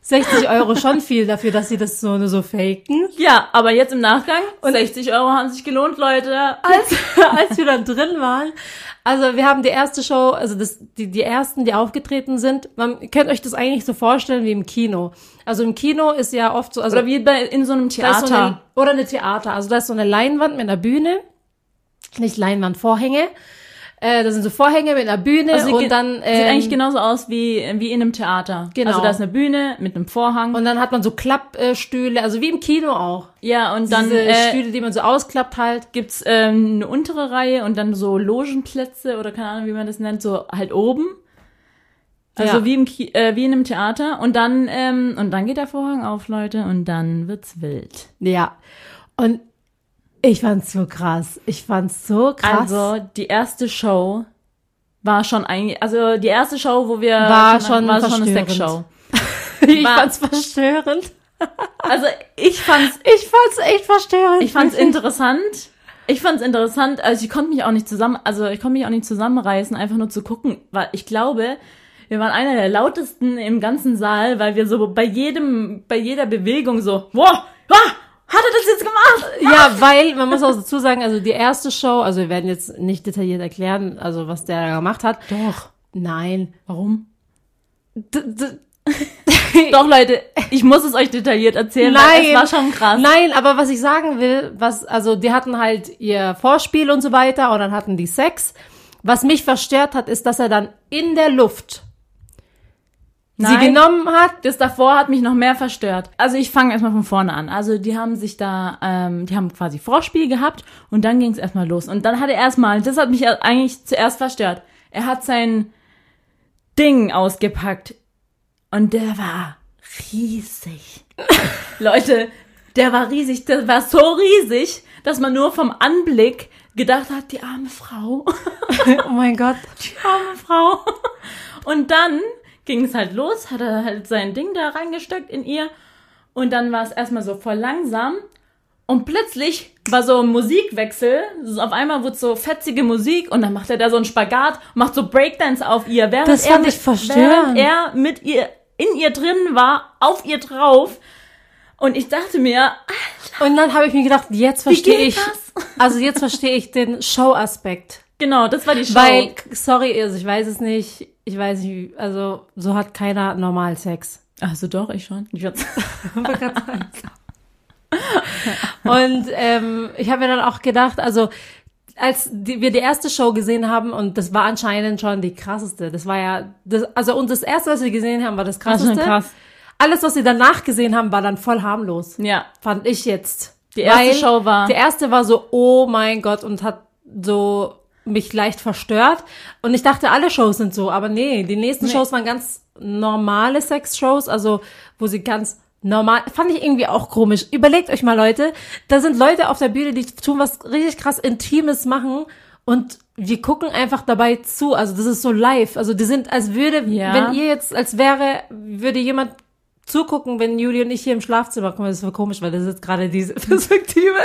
[SPEAKER 1] 60 Euro schon viel dafür, dass sie das so, so faken.
[SPEAKER 2] Ja, aber jetzt im Nachgang, 60 Euro haben sich gelohnt, Leute.
[SPEAKER 1] [laughs] Als, als wir dann drin waren. Also wir haben die erste Show, also das, die, die ersten, die aufgetreten sind. Man ihr könnt euch das eigentlich so vorstellen wie im Kino. Also im Kino ist ja oft so, also
[SPEAKER 2] Oder wie bei, in so einem
[SPEAKER 1] Da ist
[SPEAKER 2] Theater.
[SPEAKER 1] so eine, oder eine Theater. Also da ist so eine Leinwand mit einer Bühne. Nicht Leinwand, Vorhänge. Äh, da sind so Vorhänge mit einer Bühne
[SPEAKER 2] Also sie
[SPEAKER 1] und
[SPEAKER 2] ge-
[SPEAKER 1] dann
[SPEAKER 2] Sieht eigentlich
[SPEAKER 1] ähm,
[SPEAKER 2] genauso aus wie, wie in einem Theater.
[SPEAKER 1] Genau.
[SPEAKER 2] Also da ist eine Bühne mit einem Vorhang.
[SPEAKER 1] und dann hat man so Klappstühle, also wie im Kino auch.
[SPEAKER 2] ja, und dann
[SPEAKER 1] Diese
[SPEAKER 2] äh,
[SPEAKER 1] Stühle, die man so ausklappt halt.
[SPEAKER 2] gibt's ähm, eine untere Reihe und dann so Logenplätze oder keine Ahnung, wie man das nennt, so halt oben. Also
[SPEAKER 1] Ja.
[SPEAKER 2] wie, im Ki äh, wie in einem Theater. Und dann, ähm, und dann geht der Vorhang auf, Leute, und dann wird's wild.
[SPEAKER 1] Ja. Und ich fand's so krass. Ich fand's so krass.
[SPEAKER 2] Also die erste Show war schon eigentlich, also die erste Show, wo wir
[SPEAKER 1] War schon
[SPEAKER 2] war schon eine
[SPEAKER 1] verstörend.
[SPEAKER 2] Sexshow.
[SPEAKER 1] [laughs] ich
[SPEAKER 2] war-
[SPEAKER 1] fand's verstörend.
[SPEAKER 2] Also ich fand's,
[SPEAKER 1] Ich fand's echt verstörend. [laughs]
[SPEAKER 2] ich fand's interessant. Ich fand's interessant. Also ich konnte mich auch nicht zusammen, also ich konnte mich auch nicht zusammenreißen, einfach nur zu gucken, weil ich glaube, wir waren einer der lautesten im ganzen Saal, weil wir so bei jedem, bei jeder Bewegung so, wow, wow hat er das jetzt gemacht?
[SPEAKER 1] Ja, weil man muss auch dazu sagen, also die erste Show, also wir werden jetzt nicht detailliert erklären, also was der da gemacht hat.
[SPEAKER 2] Doch.
[SPEAKER 1] Nein.
[SPEAKER 2] Warum?
[SPEAKER 1] D- d-
[SPEAKER 2] Doch, Leute, ich muss es euch detailliert erzählen, weil es
[SPEAKER 1] Nein.
[SPEAKER 2] war schon krass.
[SPEAKER 1] Nein, aber was ich sagen will, was, also die hatten halt ihr Vorspiel und so weiter und dann hatten die Sex. Was mich verstört hat, ist, dass er dann in der Luft
[SPEAKER 2] Nein.
[SPEAKER 1] sie genommen hat.
[SPEAKER 2] Das davor hat mich noch mehr verstört. Also ich fange erstmal von vorne an. Also die haben sich da, ähm, die haben quasi Vorspiel gehabt und dann ging es erstmal los. Und dann hat er erstmal, das hat mich ja eigentlich zuerst verstört. Er hat sein Ding ausgepackt und der war riesig. Leute, der war riesig, der war so riesig, dass man nur vom Anblick gedacht hat, die arme Frau.
[SPEAKER 1] [laughs] Oh mein Gott.
[SPEAKER 2] arme Frau. Und dann ging es halt los, hat er halt sein Ding da reingesteckt in ihr. Und dann war es erstmal so voll langsam. Und plötzlich war so ein Musikwechsel. So auf einmal wurde so fetzige Musik und dann macht er da so einen Spagat, macht so Breakdance auf ihr. Während
[SPEAKER 1] Das
[SPEAKER 2] er
[SPEAKER 1] fand
[SPEAKER 2] mit,
[SPEAKER 1] ich verstörend.
[SPEAKER 2] Während er mit ihr in ihr drin war, auf ihr drauf. Und ich dachte mir, ah,
[SPEAKER 1] Und dann habe ich mir gedacht, jetzt verstehe
[SPEAKER 2] geht
[SPEAKER 1] ich, [laughs]
[SPEAKER 2] das?
[SPEAKER 1] also jetzt verstehe ich den Show-Aspekt.
[SPEAKER 2] genau, das war die Show.
[SPEAKER 1] Weil, sorry, also ich weiß es nicht, ich weiß nicht, also so hat keiner normal Sex.
[SPEAKER 2] also doch, ich schon. Ich würd's-
[SPEAKER 1] Und ähm, ich habe mir dann auch gedacht, also als die, wir die erste Show gesehen haben und das war anscheinend schon die krasseste. Das war ja, das, also und das erste, was wir gesehen haben, war das
[SPEAKER 2] schon
[SPEAKER 1] krasseste.
[SPEAKER 2] krass.
[SPEAKER 1] Alles, was wir danach gesehen haben, war dann voll harmlos,
[SPEAKER 2] ja,
[SPEAKER 1] fand ich jetzt.
[SPEAKER 2] Die erste
[SPEAKER 1] Weil
[SPEAKER 2] Show war-
[SPEAKER 1] Die erste war so, oh mein Gott, und hat so mich leicht verstört. Und ich dachte, alle Shows sind so, aber nee, die nächsten
[SPEAKER 2] Nee.
[SPEAKER 1] Shows waren ganz normale Sex-Shows, also wo sie ganz normal, fand ich irgendwie auch komisch. Überlegt euch mal, Leute, da sind Leute auf der Bühne, die tun was richtig krass Intimes machen und wir gucken einfach dabei zu. Also das ist so live. Also die sind, als würde,
[SPEAKER 2] Ja.
[SPEAKER 1] wenn ihr jetzt, als wäre, würde jemand zugucken, wenn Juli und ich hier im Schlafzimmer kommen. Das ist so komisch, weil das ist jetzt gerade diese [laughs] Perspektive.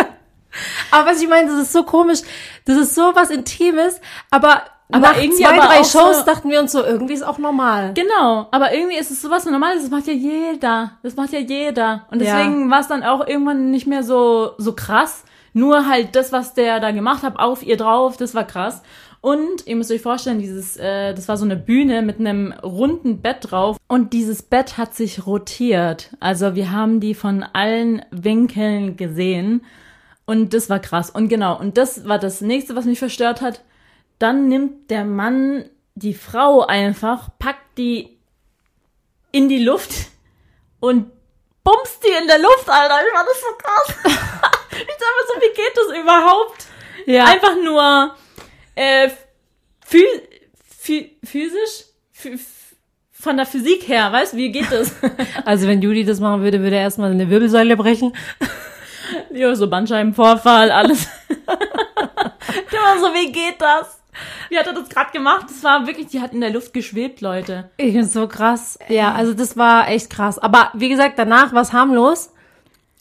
[SPEAKER 1] Aber was ich meine, das ist so komisch. Das ist so was Intimes, aber, nach
[SPEAKER 2] irgendwie
[SPEAKER 1] zwei,
[SPEAKER 2] aber
[SPEAKER 1] drei
[SPEAKER 2] auch so-
[SPEAKER 1] Shows dachten wir uns so, irgendwie ist auch normal.
[SPEAKER 2] Genau, aber irgendwie ist es sowas Normales, das macht ja jeder. Das macht ja jeder. Und
[SPEAKER 1] Ja.
[SPEAKER 2] deswegen war es dann auch irgendwann nicht mehr so, so krass. Nur halt das, was der da gemacht hat, auf ihr drauf, das war krass. Und ihr müsst euch vorstellen, dieses, äh, das war so eine Bühne mit einem runden Bett drauf. Und dieses Bett hat sich rotiert. Also wir haben die von allen Winkeln gesehen. Und das war krass. Und genau, und das war das nächste, was mich verstört hat. Dann nimmt der Mann die Frau einfach, packt die in die Luft und bumpst die in der Luft, Alter. Ich war das so krass. [laughs] ich dachte mir so, wie geht das überhaupt?
[SPEAKER 1] Ja.
[SPEAKER 2] Einfach nur äh, phy phy physisch? Phy von der Physik her, weißt du, wie geht das?
[SPEAKER 1] Also wenn Juli das machen würde, würde er erstmal eine Wirbelsäule brechen.
[SPEAKER 2] [laughs] Ja, so Bandscheibenvorfall, alles. [laughs] Ich war so, wie geht das? Wie hat er das gerade gemacht? Das war wirklich, die hat in der Luft geschwebt, Leute.
[SPEAKER 1] Ich bin so krass. Ja,
[SPEAKER 2] Äh.
[SPEAKER 1] also das war echt krass. Aber wie gesagt, danach war es harmlos.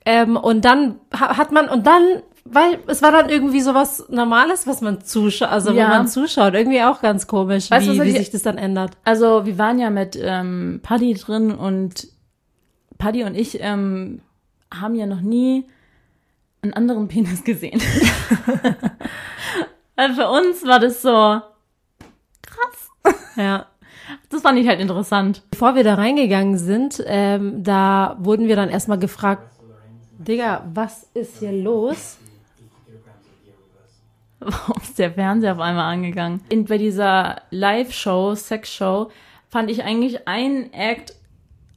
[SPEAKER 1] Ähm, und dann ha- hat man, und dann, weil es war dann irgendwie so was Normales, was man zuschaut, also
[SPEAKER 2] Ja.
[SPEAKER 1] wenn man zuschaut, irgendwie auch ganz komisch,
[SPEAKER 2] Weißt du,
[SPEAKER 1] wie,
[SPEAKER 2] was
[SPEAKER 1] wie
[SPEAKER 2] ich-
[SPEAKER 1] sich das dann ändert.
[SPEAKER 2] Also, wir waren ja mit ähm, Paddy drin und Paddy und ich ähm, haben ja noch nie einen anderen Penis gesehen. also für uns war das so,
[SPEAKER 1] Ja.
[SPEAKER 2] das fand ich halt interessant.
[SPEAKER 1] Bevor wir da reingegangen sind, ähm, da wurden wir dann erstmal gefragt, Digga, was ist hier los?
[SPEAKER 2] Warum ist der Fernseher auf einmal angegangen? In, bei dieser Live-Show, Sex-Show, fand ich eigentlich einen Act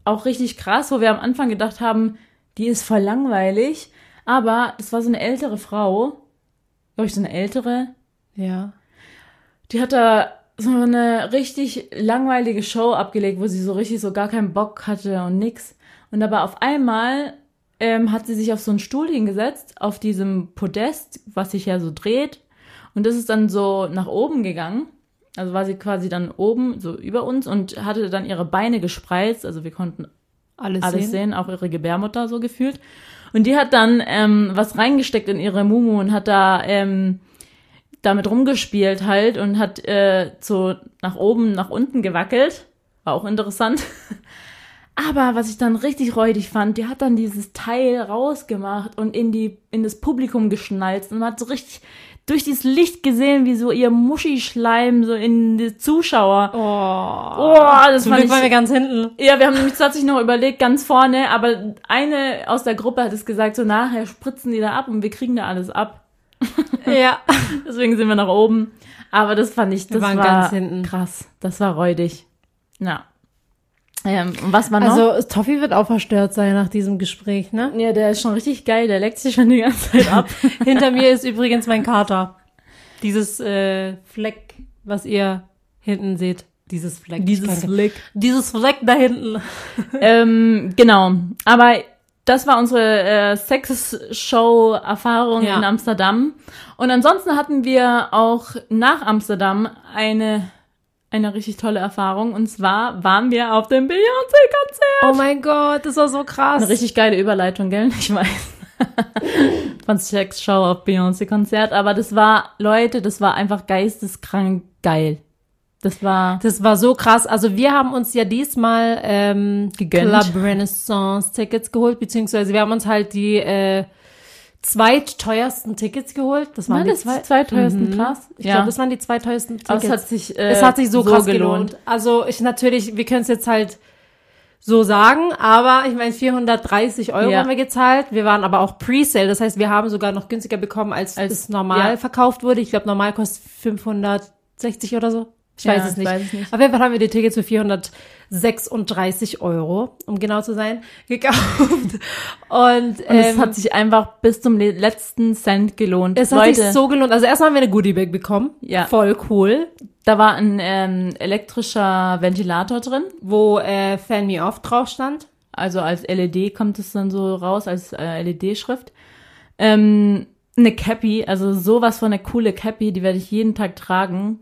[SPEAKER 2] auch richtig krass, wo wir am Anfang gedacht haben, die ist voll langweilig. Aber das war so eine ältere Frau, glaube ich, so eine ältere,
[SPEAKER 1] Ja.
[SPEAKER 2] die hat da so eine richtig langweilige Show abgelegt, wo sie so richtig so gar keinen Bock hatte und nix. Und aber auf einmal ähm, hat sie sich auf so einen Stuhl hingesetzt, auf diesem Podest, was sich ja so dreht. Und das ist dann so nach oben gegangen. Also war sie quasi dann oben, so über uns und hatte dann ihre Beine gespreizt. Also wir konnten
[SPEAKER 1] Alles,
[SPEAKER 2] alles
[SPEAKER 1] sehen.
[SPEAKER 2] sehen, auch ihre Gebärmutter so gefühlt. Und die hat dann ähm, was reingesteckt in ihre Mumu und hat da ähm, damit rumgespielt halt und hat äh, so nach oben, nach unten gewackelt. War auch interessant. [laughs] Aber was ich dann richtig räudig fand, die hat dann dieses Teil rausgemacht und in die, in das Publikum geschnalzt und man hat so richtig durch dieses Licht gesehen, wie so ihr Muschischleim so in die Zuschauer.
[SPEAKER 1] Oh,
[SPEAKER 2] Oh, das
[SPEAKER 1] zum
[SPEAKER 2] fand
[SPEAKER 1] Glück
[SPEAKER 2] ich,
[SPEAKER 1] waren wir ganz hinten.
[SPEAKER 2] ja, wir haben nämlich tatsächlich noch überlegt, ganz vorne, aber eine aus der Gruppe hat es gesagt, so nachher spritzen die da ab und wir kriegen da alles ab.
[SPEAKER 1] Ja.
[SPEAKER 2] Deswegen sind wir nach oben. Aber das fand ich, das
[SPEAKER 1] waren
[SPEAKER 2] war
[SPEAKER 1] ganz hinten.
[SPEAKER 2] krass. Das war räudig. Ja. Ähm, und was war noch?
[SPEAKER 1] Also Toffi wird auch verstört sein nach diesem Gespräch, ne?
[SPEAKER 2] ja, der ist schon richtig geil, der leckt sich schon die ganze Zeit ab.
[SPEAKER 1] [laughs] Hinter mir ist übrigens mein Kater. Dieses äh, Fleck, was ihr hinten seht. Dieses Fleck. Ich kann-
[SPEAKER 2] Leck.
[SPEAKER 1] Dieses Fleck da hinten.
[SPEAKER 2] Ähm, genau. Aber das war unsere äh, Sex-Show-Erfahrung
[SPEAKER 1] Ja.
[SPEAKER 2] in Amsterdam. Und ansonsten hatten wir auch nach Amsterdam eine, eine richtig tolle Erfahrung. Und zwar waren wir auf dem Beyoncé-Konzert.
[SPEAKER 1] Oh mein Gott, das war so krass.
[SPEAKER 2] Eine richtig geile Überleitung, gell? Ich weiß. [laughs] Von Sex-Show auf Beyoncé-Konzert. Aber das war, Leute, das war einfach geisteskrank geil. Das war...
[SPEAKER 1] Das war so krass. Also wir haben uns ja diesmal ähm,
[SPEAKER 2] Gegönnt.
[SPEAKER 1] Club Renaissance Tickets geholt, beziehungsweise wir haben uns halt die äh, zweitteuersten Tickets geholt. Das waren
[SPEAKER 2] Waren
[SPEAKER 1] die
[SPEAKER 2] das
[SPEAKER 1] zwei.
[SPEAKER 2] die zweiteuersten Class?
[SPEAKER 1] Ich glaube, das waren die zweiteuersten
[SPEAKER 2] Aber
[SPEAKER 1] Tickets.
[SPEAKER 2] es hat sich, äh,
[SPEAKER 1] es hat sich so, krass gelohnt. Also ich natürlich, wir können es jetzt halt so sagen, aber ich meine 430 Euro
[SPEAKER 2] Ja.
[SPEAKER 1] haben wir gezahlt. Wir waren aber auch Presale, das heißt, wir haben sogar noch günstiger bekommen, als,
[SPEAKER 2] Als-
[SPEAKER 1] es normal
[SPEAKER 2] ja.
[SPEAKER 1] verkauft wurde. Ich glaube, normal kostet 560 oder so. Ich
[SPEAKER 2] Ja,
[SPEAKER 1] weiß es
[SPEAKER 2] ich
[SPEAKER 1] nicht.
[SPEAKER 2] weiß es nicht.
[SPEAKER 1] Auf jeden Fall haben wir die Tickets für 436 Euro, um genau zu sein, [laughs] gekauft. Und,
[SPEAKER 2] Und es
[SPEAKER 1] ähm,
[SPEAKER 2] hat sich einfach bis zum le- letzten Cent gelohnt.
[SPEAKER 1] es hat
[SPEAKER 2] Leute,
[SPEAKER 1] sich so gelohnt. Also erstmal haben wir eine Goodie-Bag bekommen.
[SPEAKER 2] Ja.
[SPEAKER 1] Voll cool.
[SPEAKER 2] da war ein ähm, elektrischer Ventilator drin.
[SPEAKER 1] Wo äh, Fan Me Off drauf stand.
[SPEAKER 2] Also als LED kommt es dann so raus, als äh, LED-Schrift. Ähm, eine Cappy, also sowas von eine coole Cappy, die werde ich jeden Tag tragen.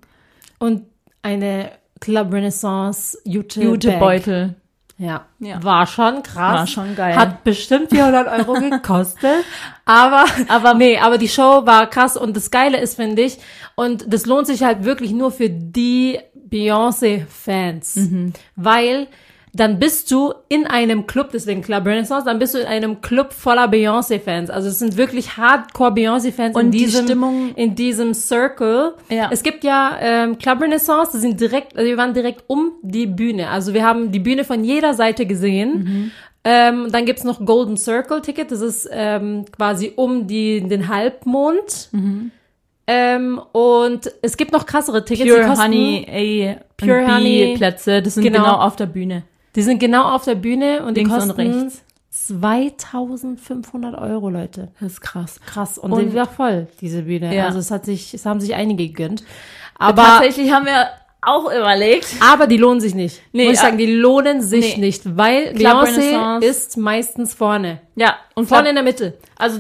[SPEAKER 1] Und eine Club Renaissance Jute,
[SPEAKER 2] Gute
[SPEAKER 1] Bag.
[SPEAKER 2] Beutel.
[SPEAKER 1] Ja.
[SPEAKER 2] Ja.
[SPEAKER 1] War schon krass.
[SPEAKER 2] War schon geil.
[SPEAKER 1] Hat bestimmt 400
[SPEAKER 2] [laughs]
[SPEAKER 1] Euro gekostet. aber, aber, nee, aber die Show war krass und das Geile ist, finde ich, und das lohnt sich halt wirklich nur für die Beyoncé-Fans.
[SPEAKER 2] Mhm.
[SPEAKER 1] Weil, dann bist du in einem Club, deswegen Club Renaissance, dann bist du in einem Club voller Beyoncé-Fans. Also es sind wirklich Hardcore Beyoncé-Fans in
[SPEAKER 2] Und die
[SPEAKER 1] diesem,
[SPEAKER 2] Stimmung-
[SPEAKER 1] in diesem Circle.
[SPEAKER 2] Ja.
[SPEAKER 1] Es gibt ja ähm, Club Renaissance, die sind direkt, also wir waren direkt um die Bühne. Also wir haben die Bühne von jeder Seite gesehen.
[SPEAKER 2] Mhm.
[SPEAKER 1] Ähm, dann gibt's noch Golden Circle Ticket, das ist ähm, quasi um die, den Halbmond.
[SPEAKER 2] Mhm.
[SPEAKER 1] Ähm, und es gibt noch krassere Tickets. die
[SPEAKER 2] Pure
[SPEAKER 1] kosten,
[SPEAKER 2] Honey A
[SPEAKER 1] Pure
[SPEAKER 2] Pure
[SPEAKER 1] Honey.
[SPEAKER 2] B Plätze, das sind
[SPEAKER 1] Genau.
[SPEAKER 2] genau. auf der Bühne.
[SPEAKER 1] Die sind genau auf der Bühne und
[SPEAKER 2] Links
[SPEAKER 1] die
[SPEAKER 2] und
[SPEAKER 1] kosten
[SPEAKER 2] rechts.
[SPEAKER 1] 2500 Euro, Leute.
[SPEAKER 2] Das ist krass.
[SPEAKER 1] Krass. Und,
[SPEAKER 2] Und-
[SPEAKER 1] die war voll, diese Bühne.
[SPEAKER 2] Ja.
[SPEAKER 1] Also es hat sich, es haben sich einige gegönnt.
[SPEAKER 2] Aber
[SPEAKER 1] Aber,
[SPEAKER 2] tatsächlich haben wir auch überlegt,
[SPEAKER 1] aber die lohnen sich nicht.
[SPEAKER 2] Nee, äh,
[SPEAKER 1] Muss ich sagen, die lohnen sich
[SPEAKER 2] nee.
[SPEAKER 1] nicht, weil
[SPEAKER 2] Club
[SPEAKER 1] Beyoncé
[SPEAKER 2] Renaissance.
[SPEAKER 1] ist meistens vorne.
[SPEAKER 2] Ja, und
[SPEAKER 1] Vorne in der Mitte.
[SPEAKER 2] also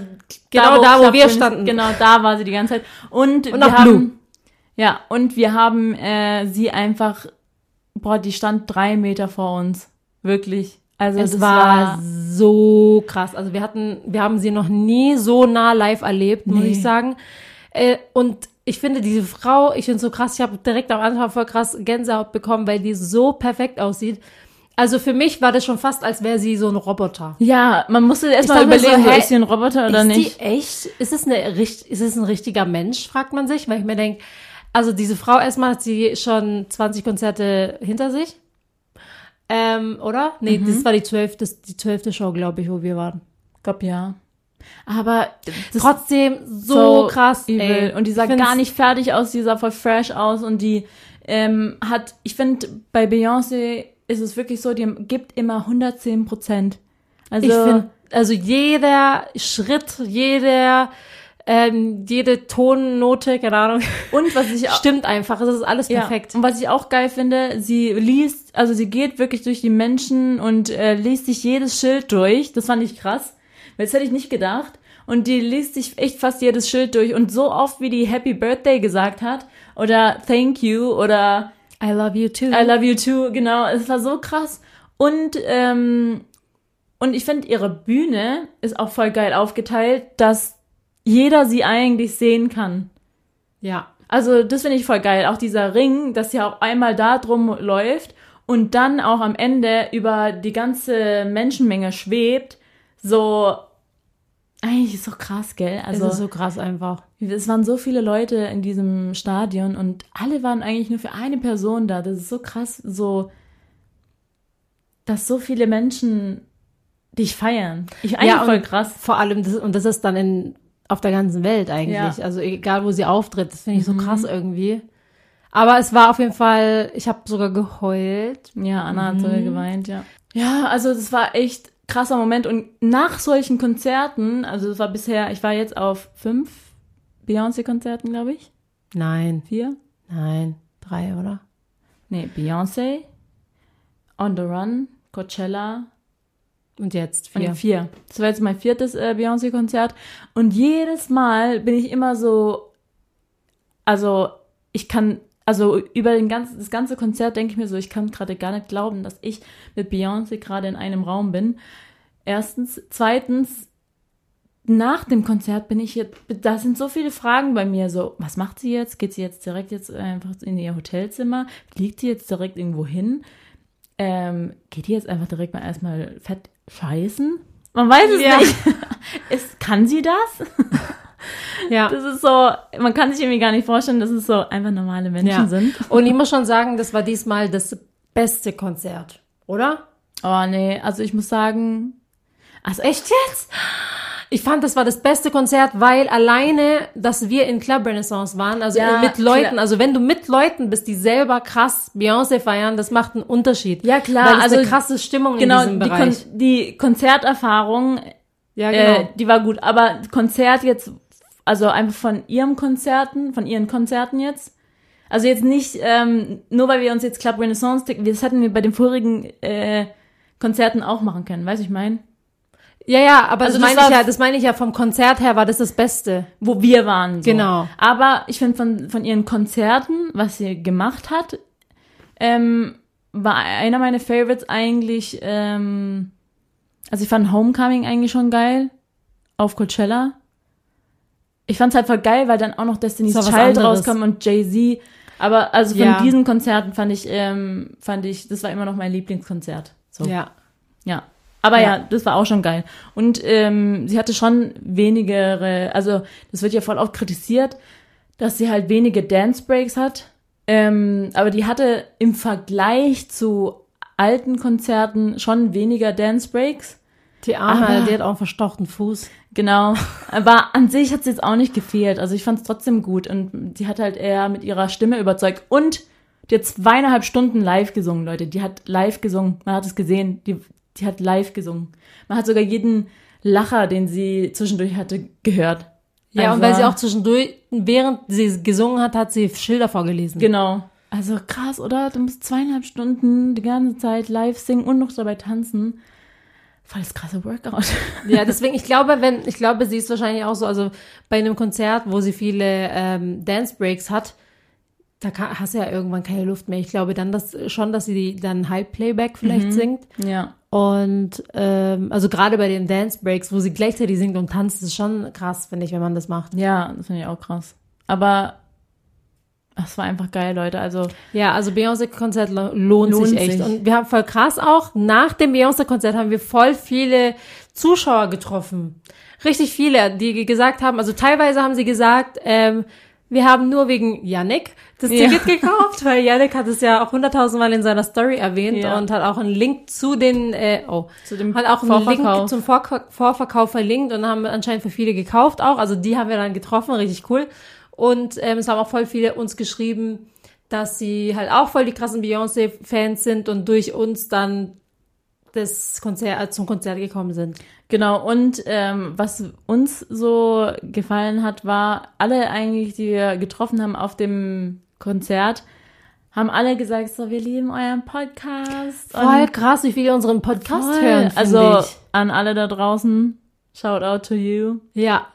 [SPEAKER 1] Genau da, wo
[SPEAKER 2] Club
[SPEAKER 1] wir
[SPEAKER 2] Prince-
[SPEAKER 1] standen.
[SPEAKER 2] Genau da war sie die ganze Zeit. Und, wir
[SPEAKER 1] auch
[SPEAKER 2] haben,
[SPEAKER 1] Blue.
[SPEAKER 2] Ja, und wir haben äh, sie einfach, boah, die stand drei Meter vor uns. Wirklich. Also
[SPEAKER 1] Es
[SPEAKER 2] das
[SPEAKER 1] war,
[SPEAKER 2] war
[SPEAKER 1] so krass. Also wir hatten, wir haben sie noch nie so nah live erlebt, muss
[SPEAKER 2] Nee.
[SPEAKER 1] ich sagen. Äh, und ich finde diese Frau, ich finde so krass, ich habe direkt am Anfang voll krass Gänsehaut bekommen, weil die so perfekt aussieht. Also für mich war das schon fast, als wäre sie so ein Roboter.
[SPEAKER 2] ja, man musste erst
[SPEAKER 1] Ich
[SPEAKER 2] mal
[SPEAKER 1] dachte mir so,
[SPEAKER 2] überlegen, so,
[SPEAKER 1] hä,
[SPEAKER 2] ist sie ein Roboter oder
[SPEAKER 1] ist
[SPEAKER 2] nicht?
[SPEAKER 1] die echt? Ist es, eine, richt- ist es ein richtiger Mensch, fragt man sich, weil ich mir denke, also diese Frau erstmal hat sie schon 20 Konzerte hinter sich. Ähm, oder? Nee,
[SPEAKER 2] Mhm.
[SPEAKER 1] das war die zwölfte, die zwölfte Show, glaube ich, wo wir waren.
[SPEAKER 2] Ich glaube ja. Aber das
[SPEAKER 1] Trotzdem so, krass,
[SPEAKER 2] übel.
[SPEAKER 1] ey.
[SPEAKER 2] Und die
[SPEAKER 1] Ich
[SPEAKER 2] sah
[SPEAKER 1] find's-
[SPEAKER 2] gar nicht fertig aus, die sah voll fresh aus und die ähm, hat, ich finde, bei Beyoncé ist es wirklich so, die gibt immer 110 Prozent. Also
[SPEAKER 1] ich finde, also jeder Schritt, jeder, ähm, jede Tonnote, keine Ahnung,
[SPEAKER 2] und
[SPEAKER 1] [laughs]
[SPEAKER 2] was ich auch,
[SPEAKER 1] stimmt einfach. Es ist alles
[SPEAKER 2] ja,
[SPEAKER 1] perfekt.
[SPEAKER 2] und was ich auch geil finde, sie liest, also sie geht wirklich durch die Menschen und äh, liest sich jedes Schild durch. Das fand ich krass. weil Das hätte ich nicht gedacht. Und die liest sich echt fast jedes Schild durch und so oft wie die Happy Birthday gesagt hat oder Thank you oder
[SPEAKER 1] I love you too.
[SPEAKER 2] I love you too, genau. Es war so krass. Und, ähm, und ich finde, ihre Bühne ist auch voll geil aufgeteilt, dass jeder sie eigentlich sehen kann.
[SPEAKER 1] ja.
[SPEAKER 2] Also, das finde ich voll geil. Auch dieser Ring, dass sie auch einmal da drum läuft und dann auch am Ende über die ganze Menschenmenge schwebt, so eigentlich ist doch krass, gell?
[SPEAKER 1] Also,
[SPEAKER 2] Also
[SPEAKER 1] es ist so krass einfach.
[SPEAKER 2] es waren so viele Leute in diesem Stadion und alle waren eigentlich nur für eine Person da. Das ist so krass, so dass so viele Menschen dich feiern. Ich eigentlich
[SPEAKER 1] Ja, und-
[SPEAKER 2] voll krass.
[SPEAKER 1] Vor allem, das, und das ist dann in, auf der ganzen Welt eigentlich.
[SPEAKER 2] Ja. Mhm.
[SPEAKER 1] Also egal, wo sie auftritt, das finde ich so krass irgendwie. Aber es war auf jeden Fall, ich habe sogar geheult.
[SPEAKER 2] Ja, Anna hat sogar geweint, ja. Ja, also das war echt krasser Moment. Und nach solchen Konzerten, also das war bisher, ich war jetzt auf fünf Beyoncé-Konzerten, glaube ich.
[SPEAKER 1] Nein,
[SPEAKER 2] Vier?
[SPEAKER 1] nein, drei, oder?
[SPEAKER 2] Nee, Beyoncé, On the Run, Coachella
[SPEAKER 1] Und jetzt
[SPEAKER 2] und
[SPEAKER 1] vier.
[SPEAKER 2] vier. Das war jetzt mein viertes äh, Beyoncé-Konzert. Und jedes Mal bin ich immer so, also ich kann, also über den ganzen, das ganze Konzert denke ich mir so, ich kann gerade gar nicht glauben, dass ich mit Beyoncé gerade in einem Raum bin. Erstens. Zweitens, nach dem Konzert bin ich jetzt, da sind so viele Fragen bei mir, so, was macht sie jetzt? Geht sie jetzt direkt jetzt einfach in ihr Hotelzimmer? Fliegt sie jetzt direkt irgendwo hin? Ähm, geht die jetzt einfach direkt mal erstmal fett scheißen? Man weiß es
[SPEAKER 1] Ja.
[SPEAKER 2] nicht. [laughs] Ist, kann sie das?
[SPEAKER 1] Ja.
[SPEAKER 2] [laughs] Das ist so, man kann sich irgendwie gar nicht vorstellen, dass es so einfach normale Menschen
[SPEAKER 1] ja.
[SPEAKER 2] sind.
[SPEAKER 1] Und ich muss schon sagen, das war diesmal das beste Konzert, oder?
[SPEAKER 2] Oh nee, also ich muss sagen, also echt
[SPEAKER 1] jetzt? Ich fand, das war das beste Konzert, weil alleine, dass wir in Club Renaissance waren, also
[SPEAKER 2] Ja,
[SPEAKER 1] mit Leuten,
[SPEAKER 2] klar.
[SPEAKER 1] also wenn du mit Leuten bist, die selber krass Beyoncé feiern, das macht einen Unterschied.
[SPEAKER 2] Ja, klar,
[SPEAKER 1] Weil es
[SPEAKER 2] also
[SPEAKER 1] eine krasse Stimmung
[SPEAKER 2] genau,
[SPEAKER 1] in diesem
[SPEAKER 2] die,
[SPEAKER 1] Bereich.
[SPEAKER 2] Kon die Konzerterfahrung
[SPEAKER 1] ja, genau.
[SPEAKER 2] Äh, die war gut, aber Konzert jetzt, also einfach von ihrem Konzerten, von ihren Konzerten jetzt. Also jetzt nicht, ähm, nur weil wir uns jetzt Club Renaissance, ticken, das hatten wir bei den vorigen äh, Konzerten auch machen können, weißt du, ich meine?
[SPEAKER 1] ja, ja, aber
[SPEAKER 2] Also
[SPEAKER 1] das,
[SPEAKER 2] das
[SPEAKER 1] meine ich
[SPEAKER 2] war-
[SPEAKER 1] ja, das meine ich ja, vom Konzert her war das das Beste.
[SPEAKER 2] Wo wir waren. So.
[SPEAKER 1] Genau.
[SPEAKER 2] Aber ich finde von, von ihren Konzerten, was sie gemacht hat, ähm, war einer meiner Favorites eigentlich, ähm, also ich fand Homecoming eigentlich schon geil auf Coachella. Ich fand's halt voll geil, weil dann auch noch Destiny's
[SPEAKER 1] Das war was
[SPEAKER 2] Child
[SPEAKER 1] anderes.
[SPEAKER 2] rauskam und Jay-Z. Aber also von
[SPEAKER 1] Ja.
[SPEAKER 2] diesen Konzerten fand ich, ähm, fand ich, das war immer noch mein Lieblingskonzert. So.
[SPEAKER 1] Ja.
[SPEAKER 2] Ja. Aber ja.
[SPEAKER 1] Ja.
[SPEAKER 2] das war auch schon geil. Und ähm, sie hatte schon wenigere, also das wird ja voll oft kritisiert, dass sie halt wenige Dance Breaks hat. Ähm, aber die hatte im Vergleich zu alten Konzerten schon weniger Dance Breaks.
[SPEAKER 1] Die Arme,
[SPEAKER 2] Aber-
[SPEAKER 1] die hat auch einen verstauchten Fuß.
[SPEAKER 2] Genau. Aber an sich hat sie jetzt auch nicht gefehlt. Also ich fand es trotzdem gut. Und sie hat halt eher mit ihrer Stimme überzeugt. Und die hat zweieinhalb Stunden live gesungen, Leute. Die hat live gesungen. Man hat es gesehen. Die, die hat live gesungen. Man hat sogar jeden Lacher, den sie zwischendurch hatte, gehört.
[SPEAKER 1] Ja,
[SPEAKER 2] Also-
[SPEAKER 1] und weil sie auch zwischendurch, während sie gesungen hat, hat sie Schilder vorgelesen.
[SPEAKER 2] Genau. Also krass, oder? Du musst zweieinhalb Stunden die ganze Zeit live singen und noch dabei tanzen. Voll das krasse Workout.
[SPEAKER 1] Ja, deswegen, ich glaube, wenn, ich glaube, sie ist wahrscheinlich auch so, also bei einem Konzert, wo sie viele ähm, Dance Breaks hat, da kann, hast du ja irgendwann keine Luft mehr. Ich glaube dann dass, schon, dass sie dann Halb-Playback vielleicht singt.
[SPEAKER 2] Ja.
[SPEAKER 1] Und ähm, also gerade bei den Dance Breaks, wo sie gleichzeitig singt und tanzt, ist schon krass, finde ich, wenn man das macht.
[SPEAKER 2] Ja, das finde ich auch krass. Aber ach, es war einfach geil, Leute. Also,
[SPEAKER 1] Ja, also Beyoncé-Konzert lo- lohnt,
[SPEAKER 2] Lohnt
[SPEAKER 1] sich echt.
[SPEAKER 2] sich.
[SPEAKER 1] Und wir haben voll krass auch, nach dem Beyoncé-Konzert haben wir voll viele Zuschauer getroffen. Richtig viele, die ge- gesagt haben, also teilweise haben sie gesagt, ähm, wir haben nur wegen Yannick das
[SPEAKER 2] Ja.
[SPEAKER 1] Ticket gekauft, weil Yannick hat es ja auch hunderttausendmal in seiner Story erwähnt
[SPEAKER 2] Ja.
[SPEAKER 1] und hat auch einen Link zu den, äh, oh,
[SPEAKER 2] Zu dem
[SPEAKER 1] hat auch einen Link
[SPEAKER 2] Vorverkauf.
[SPEAKER 1] zum Vorka- Vorverkauf verlinkt und haben anscheinend für viele gekauft auch. Also die haben wir dann getroffen, richtig cool. Und ähm, es haben auch voll viele uns geschrieben, dass sie halt auch voll die krassen Beyoncé-Fans sind und durch uns dann das Konzert, äh, zum Konzert gekommen sind.
[SPEAKER 2] genau. Und ähm, was uns so gefallen hat, war, alle eigentlich, die wir getroffen haben auf dem Konzert, haben alle gesagt, so, wir lieben euren Podcast.
[SPEAKER 1] Voll krass, wie viele unseren Podcast
[SPEAKER 2] Voll.
[SPEAKER 1] hören.
[SPEAKER 2] Also
[SPEAKER 1] Also, ich.
[SPEAKER 2] an alle da draußen, shout out to you.
[SPEAKER 1] ja.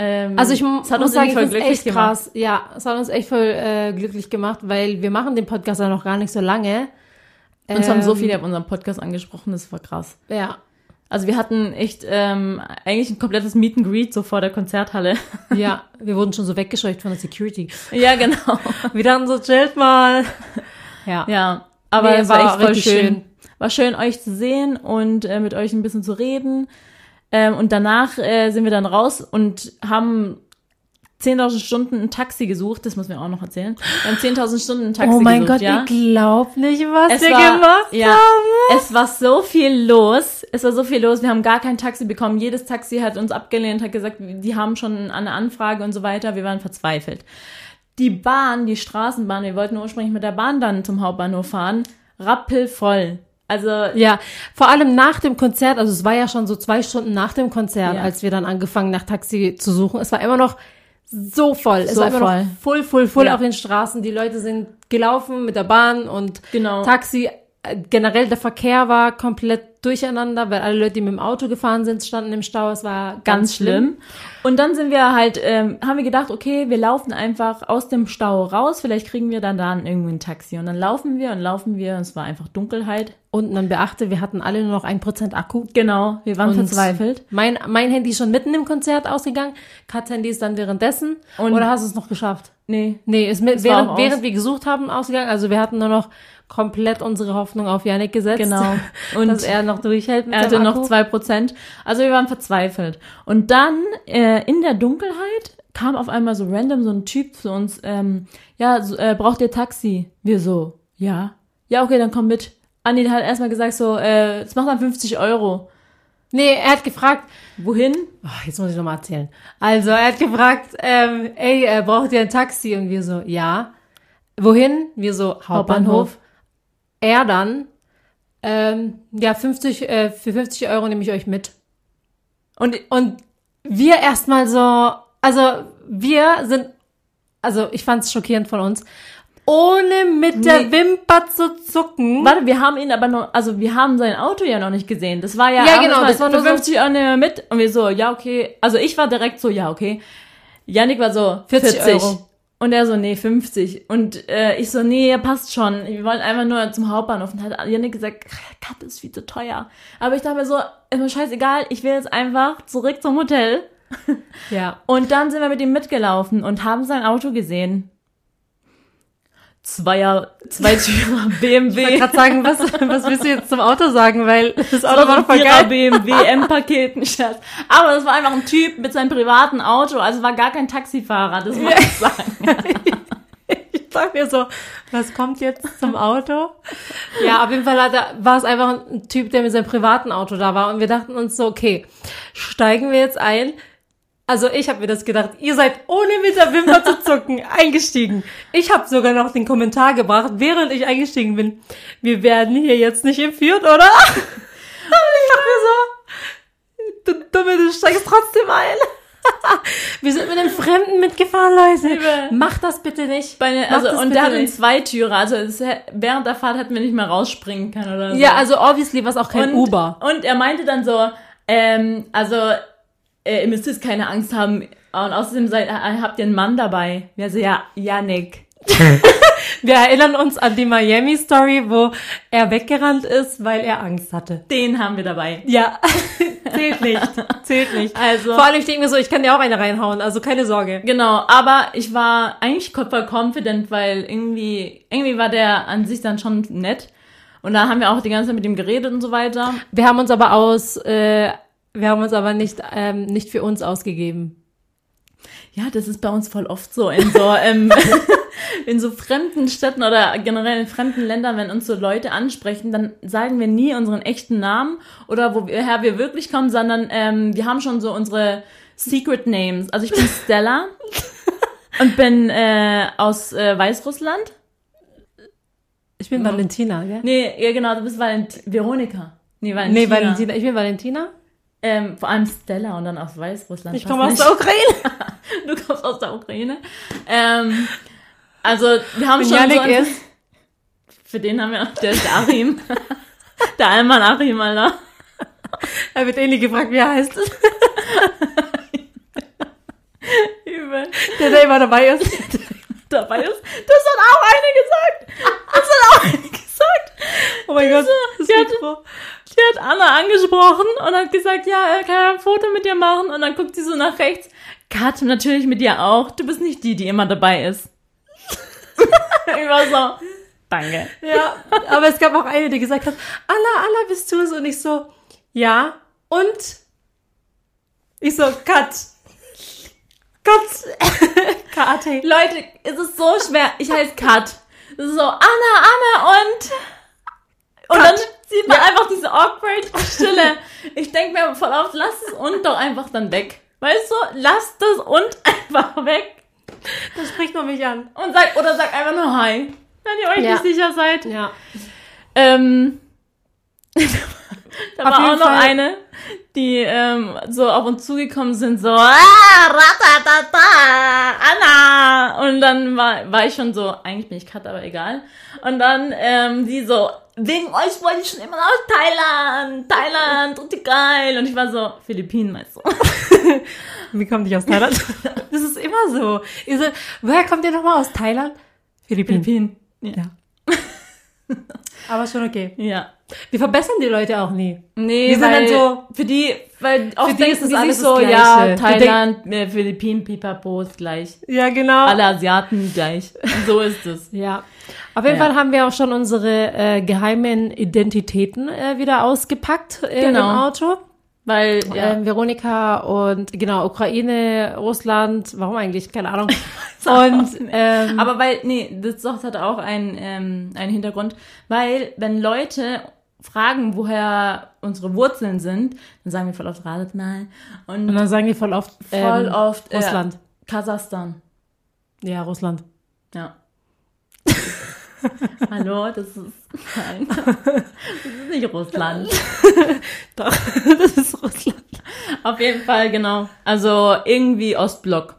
[SPEAKER 2] Ähm,
[SPEAKER 1] Also ich mu-
[SPEAKER 2] es hat
[SPEAKER 1] muss
[SPEAKER 2] uns
[SPEAKER 1] sagen,
[SPEAKER 2] irgendwie
[SPEAKER 1] ich
[SPEAKER 2] voll
[SPEAKER 1] find's
[SPEAKER 2] glücklich
[SPEAKER 1] echt
[SPEAKER 2] gemacht.
[SPEAKER 1] krass. Ja, es hat uns echt voll äh, glücklich gemacht, weil wir machen den Podcast ja noch gar nicht so lange.
[SPEAKER 2] Uns haben so
[SPEAKER 1] Ähm,
[SPEAKER 2] viele auf unserem Podcast angesprochen, das war krass.
[SPEAKER 1] Ja,
[SPEAKER 2] Also wir hatten echt ähm, eigentlich ein komplettes Meet and Greet so vor
[SPEAKER 1] [laughs]
[SPEAKER 2] der Konzerthalle.
[SPEAKER 1] ja. Wir wurden schon so weggescheucht von der Security.
[SPEAKER 2] ja, genau.
[SPEAKER 1] Wir dachten so, chillt mal. Ja.
[SPEAKER 2] Ja, Aber
[SPEAKER 1] Nee,
[SPEAKER 2] es war,
[SPEAKER 1] war
[SPEAKER 2] echt voll
[SPEAKER 1] richtig
[SPEAKER 2] schön.
[SPEAKER 1] schön.
[SPEAKER 2] War schön, euch zu sehen und äh, mit euch ein bisschen zu reden. Ähm, und danach äh, sind wir dann raus und haben 10.000 Stunden ein Taxi gesucht. Das muss mir auch noch erzählen. Wir haben 10.000 Stunden ein Taxi
[SPEAKER 1] oh mein
[SPEAKER 2] gesucht,
[SPEAKER 1] Gott,
[SPEAKER 2] ja.
[SPEAKER 1] ich glaub nicht, was
[SPEAKER 2] Es
[SPEAKER 1] wir
[SPEAKER 2] war-
[SPEAKER 1] gemacht
[SPEAKER 2] ja.
[SPEAKER 1] haben.
[SPEAKER 2] Es war so viel los. Es war so viel los. Wir haben gar kein Taxi bekommen. Jedes Taxi hat uns abgelehnt, hat gesagt, die haben schon eine Anfrage und so weiter. Wir waren verzweifelt. Die Bahn, die Straßenbahn, wir wollten ursprünglich mit der Bahn dann zum Hauptbahnhof fahren, rappelvoll. Also,
[SPEAKER 1] Ja, vor allem nach dem Konzert, also es war ja schon so zwei Stunden nach dem Konzert,
[SPEAKER 2] Ja.
[SPEAKER 1] als wir dann angefangen nach Taxi zu suchen. Es war immer noch so voll. es
[SPEAKER 2] So
[SPEAKER 1] war immer
[SPEAKER 2] voll.
[SPEAKER 1] noch voll, voll, voll
[SPEAKER 2] Ja.
[SPEAKER 1] auf den Straßen. Die Leute sind gelaufen mit der Bahn und
[SPEAKER 2] Genau.
[SPEAKER 1] Taxi. Äh, Generell der Verkehr war komplett durcheinander, weil alle Leute, die mit dem Auto gefahren sind, standen im Stau. Es war ganz,
[SPEAKER 2] ganz schlimm. Und dann sind wir halt, ähm, haben wir gedacht, okay, wir laufen einfach aus dem Stau raus, vielleicht kriegen wir dann da irgendwie ein Taxi. Und dann laufen wir und laufen wir und es war einfach Dunkelheit.
[SPEAKER 1] Und man beachte, wir hatten alle nur noch 1% Akku.
[SPEAKER 2] Genau, wir waren
[SPEAKER 1] Und
[SPEAKER 2] verzweifelt.
[SPEAKER 1] Mein, mein Handy ist schon mitten im Konzert ausgegangen. Kats Handy ist dann währenddessen.
[SPEAKER 2] Und-
[SPEAKER 1] Oder hast du es noch geschafft?
[SPEAKER 2] Nee,
[SPEAKER 1] Nee, ist mit,
[SPEAKER 2] war
[SPEAKER 1] während,
[SPEAKER 2] auch aus.
[SPEAKER 1] während wir gesucht haben ausgegangen. Also wir hatten nur noch komplett unsere Hoffnung auf Yannick gesetzt. [laughs]
[SPEAKER 2] genau. Und
[SPEAKER 1] dass er noch durchhält mit
[SPEAKER 2] Er hatte
[SPEAKER 1] seinem
[SPEAKER 2] noch
[SPEAKER 1] Akku.
[SPEAKER 2] zwei Prozent. Also wir waren verzweifelt. Und dann äh, in der Dunkelheit kam auf einmal so random so ein Typ zu uns. Ähm, ja, so, äh, braucht ihr Taxi? Wir so, ja. Ja, okay, dann komm mit. Andi hat erstmal gesagt so, äh, es macht dann 50 Euro.
[SPEAKER 1] Nee, er hat gefragt,
[SPEAKER 2] Wohin?
[SPEAKER 1] oh, jetzt muss ich nochmal erzählen. Also er hat gefragt, ähm, ey, äh, braucht ihr ein Taxi? Und wir so, ja. Wohin? Wir so, Hauptbahnhof. Er dann, ähm, ja, 50, äh, für 50 Euro nehme ich euch mit.
[SPEAKER 2] Und
[SPEAKER 1] Und wir erstmal so, also wir sind, also ich fand es schockierend von uns, ohne mit der
[SPEAKER 2] Nee.
[SPEAKER 1] Wimper zu zucken.
[SPEAKER 2] warte, wir haben ihn aber noch, also wir haben sein Auto ja noch nicht gesehen. Das war ja,
[SPEAKER 1] Ja,
[SPEAKER 2] abends
[SPEAKER 1] genau,
[SPEAKER 2] mal
[SPEAKER 1] das war
[SPEAKER 2] für
[SPEAKER 1] nur so-
[SPEAKER 2] 50 Euro nehmen wir äh, mit. Und wir so, ja, okay. Also ich war direkt so, ja, okay. Yannick war so,
[SPEAKER 1] 40
[SPEAKER 2] 40,
[SPEAKER 1] Euro.
[SPEAKER 2] Und er so, nee, 50. Und äh, ich so, nee, passt schon. Wir wollen einfach nur zum Hauptbahnhof. Und hat Yannick gesagt, Kat ist viel zu teuer. Aber ich dachte mir so, ist mir scheißegal, ich will jetzt einfach zurück zum Hotel.
[SPEAKER 1] Ja.
[SPEAKER 2] Und dann sind wir mit ihm mitgelaufen und haben sein Auto gesehen. Zweier, zwei [laughs] Türer
[SPEAKER 1] Ich wollte
[SPEAKER 2] BMW.
[SPEAKER 1] gerade sagen, was, was willst du jetzt zum Auto sagen, weil das
[SPEAKER 2] Das
[SPEAKER 1] Auto war voll geil.
[SPEAKER 2] Vierer BMW M-Paketen statt. Aber das war einfach ein Typ mit seinem privaten Auto, also war gar kein Taxifahrer. Das muss ich sagen.
[SPEAKER 1] [laughs] Ich dachte mir so, was kommt jetzt zum Auto? Ja, auf jeden Fall hat er, war es einfach ein Typ, der mit seinem privaten Auto da war und wir dachten uns so, okay, steigen wir jetzt ein? Also ich habe mir das gedacht, ihr seid ohne mit der Wimper zu zucken [laughs] eingestiegen. Ich habe sogar noch den Kommentar gebracht, während ich eingestiegen bin. Wir werden hier jetzt nicht entführt, oder? [laughs] Und ich dachte mir so, du Dumme, du steigst trotzdem ein. [laughs] Wir sind mit einem Fremden mitgefahren, Leute.
[SPEAKER 2] Liebe.
[SPEAKER 1] Macht das bitte nicht.
[SPEAKER 2] Bei den-
[SPEAKER 1] Macht
[SPEAKER 2] also,
[SPEAKER 1] das
[SPEAKER 2] und
[SPEAKER 1] bitte
[SPEAKER 2] der hat einen
[SPEAKER 1] nicht.
[SPEAKER 2] Zweitürer, also es, während der Fahrt hätten wir nicht mehr rausspringen können oder so.
[SPEAKER 1] Ja, also obviously war es auch kein
[SPEAKER 2] und,
[SPEAKER 1] Uber.
[SPEAKER 2] Und er meinte dann so, ähm, also äh, ihr müsst jetzt keine Angst haben. Und außerdem seid, äh, habt ihr einen Mann dabei. Wir so, ja, Yannick.
[SPEAKER 1] Wir erinnern uns an die Miami-Story, wo er weggerannt ist, weil er Angst hatte.
[SPEAKER 2] Den haben wir dabei.
[SPEAKER 1] Ja, zählt nicht. Zählt nicht.
[SPEAKER 2] [laughs] Also,
[SPEAKER 1] Vor allem, ich denke mir so, ich kann dir auch eine reinhauen, also keine Sorge.
[SPEAKER 2] Genau, aber ich war eigentlich voll confident, weil irgendwie, irgendwie war der an sich dann schon nett. Und da haben wir auch die ganze Zeit mit ihm geredet und so weiter.
[SPEAKER 1] Wir haben uns aber aus, äh, wir haben uns aber nicht, ähm, nicht für uns ausgegeben.
[SPEAKER 2] Ja, das ist bei uns voll oft so in so, ähm, [laughs] in so fremden Städten oder generell in fremden Ländern, wenn uns so Leute ansprechen, dann sagen wir nie unseren echten Namen oder woher wir wirklich kommen, sondern ähm, wir haben schon so unsere Secret Names. Also ich bin Stella und bin äh, aus äh, Weißrussland.
[SPEAKER 1] Ich bin Valentina, gell?
[SPEAKER 2] Nee, ja, genau, du bist Valent Veronika. Nee, Valentina.
[SPEAKER 1] Nee, Valentina. Ich bin Valentina.
[SPEAKER 2] Ähm, vor allem Stella und dann aus Weißrussland.
[SPEAKER 1] Ich
[SPEAKER 2] Passt
[SPEAKER 1] komme aus
[SPEAKER 2] nicht.
[SPEAKER 1] der Ukraine.
[SPEAKER 2] [laughs] Du kommst aus der Ukraine. Ähm, also, wir haben
[SPEAKER 1] Und
[SPEAKER 2] schon so
[SPEAKER 1] Janik
[SPEAKER 2] ein-
[SPEAKER 1] ist.
[SPEAKER 2] Für den haben wir auch der ist Achim. [laughs] der Alman Achim, Alter.
[SPEAKER 1] Er wird eh nie gefragt, wie er heißt.
[SPEAKER 2] Übel.
[SPEAKER 1] Der da immer dabei ist.
[SPEAKER 2] Dabei ist, das hat auch eine gesagt. Das hat auch eine gesagt.
[SPEAKER 1] [laughs] Oh mein Gott. Das
[SPEAKER 2] die hatte-
[SPEAKER 1] Mikro.
[SPEAKER 2] Die hat Anna angesprochen und hat gesagt, ja, äh, kann er ein Foto mit dir machen? Und dann guckt sie so nach rechts. Kat, natürlich mit dir auch. Du bist nicht die, die immer dabei ist. [laughs] ich war so, Danke.
[SPEAKER 1] Ja, aber es gab auch eine, die gesagt hat, Allah, Allah, bist du es? Und ich so, ja, und? Ich so, cut. Cut. [laughs] Kate.
[SPEAKER 2] Leute, es ist so schwer. Ich heiße Kat. Es ist so Anna, Anna und. Und dann sieht man einfach diese awkward Stille. Ich denke mir voll oft, lass es und doch einfach dann weg. Weißt du, lass das und [laughs] einfach weg.
[SPEAKER 1] Da spricht man mich an.
[SPEAKER 2] Und sag, oder sag einfach nur Hi. Wenn ihr euch
[SPEAKER 1] Ja.
[SPEAKER 2] nicht sicher seid.
[SPEAKER 1] Ja.
[SPEAKER 2] Ähm, [laughs] da
[SPEAKER 1] Auf
[SPEAKER 2] war auch
[SPEAKER 1] jeden
[SPEAKER 2] noch
[SPEAKER 1] Fall-
[SPEAKER 2] eine, die ähm, so auf uns zugekommen sind, so ah, ratatata, Anna. Und dann war, war ich schon so, eigentlich bin ich Kat, aber egal. Und dann ähm, sie so, wegen euch wollte ich schon immer nach Thailand, Thailand, richtig geil. Und ich war so, Philippinen, meinst du?
[SPEAKER 1] Wie kommt ich aus Thailand? [laughs] das ist immer so. Ihr so, woher kommt ihr nochmal aus Thailand? Philippinen.
[SPEAKER 2] Philippinen. Ja.
[SPEAKER 1] Ja. Aber schon okay.
[SPEAKER 2] ja.
[SPEAKER 1] Wir verbessern die Leute auch nie.
[SPEAKER 2] Nee,
[SPEAKER 1] Die sind
[SPEAKER 2] weil
[SPEAKER 1] dann so-
[SPEAKER 2] für die, weil oft
[SPEAKER 1] die
[SPEAKER 2] denken
[SPEAKER 1] ist
[SPEAKER 2] die
[SPEAKER 1] das
[SPEAKER 2] sich
[SPEAKER 1] alles
[SPEAKER 2] so,
[SPEAKER 1] das Gleiche.
[SPEAKER 2] ja,
[SPEAKER 1] Die denk-
[SPEAKER 2] Thailand, äh, Philippinen, Pipapo ist gleich.
[SPEAKER 1] Ja, genau.
[SPEAKER 2] Alle Asiaten gleich. So ist es.
[SPEAKER 1] Ja. Auf jeden
[SPEAKER 2] Ja.
[SPEAKER 1] Fall haben wir auch schon unsere äh, geheimen Identitäten äh, wieder ausgepackt äh, im
[SPEAKER 2] Genau.
[SPEAKER 1] Auto.
[SPEAKER 2] Weil, ja,
[SPEAKER 1] Ähm, Veronika und genau, Ukraine, Russland, warum eigentlich? Keine Ahnung. und ähm,
[SPEAKER 2] aber weil, nee, das doch hat auch einen, ähm, einen Hintergrund. Weil, wenn Leute fragen, woher unsere Wurzeln sind, dann sagen wir voll oft, ratet mal. Und
[SPEAKER 1] und dann sagen die voll oft
[SPEAKER 2] voll
[SPEAKER 1] ähm,
[SPEAKER 2] oft äh,
[SPEAKER 1] Russland.
[SPEAKER 2] Kasachstan.
[SPEAKER 1] Ja, Russland. [laughs]
[SPEAKER 2] Ja. Hallo, das
[SPEAKER 1] [laughs]
[SPEAKER 2] ist, nein, das ist nicht Russland.
[SPEAKER 1] Doch, [laughs] das ist Russland.
[SPEAKER 2] Auf jeden Fall, genau. Also irgendwie Ostblock.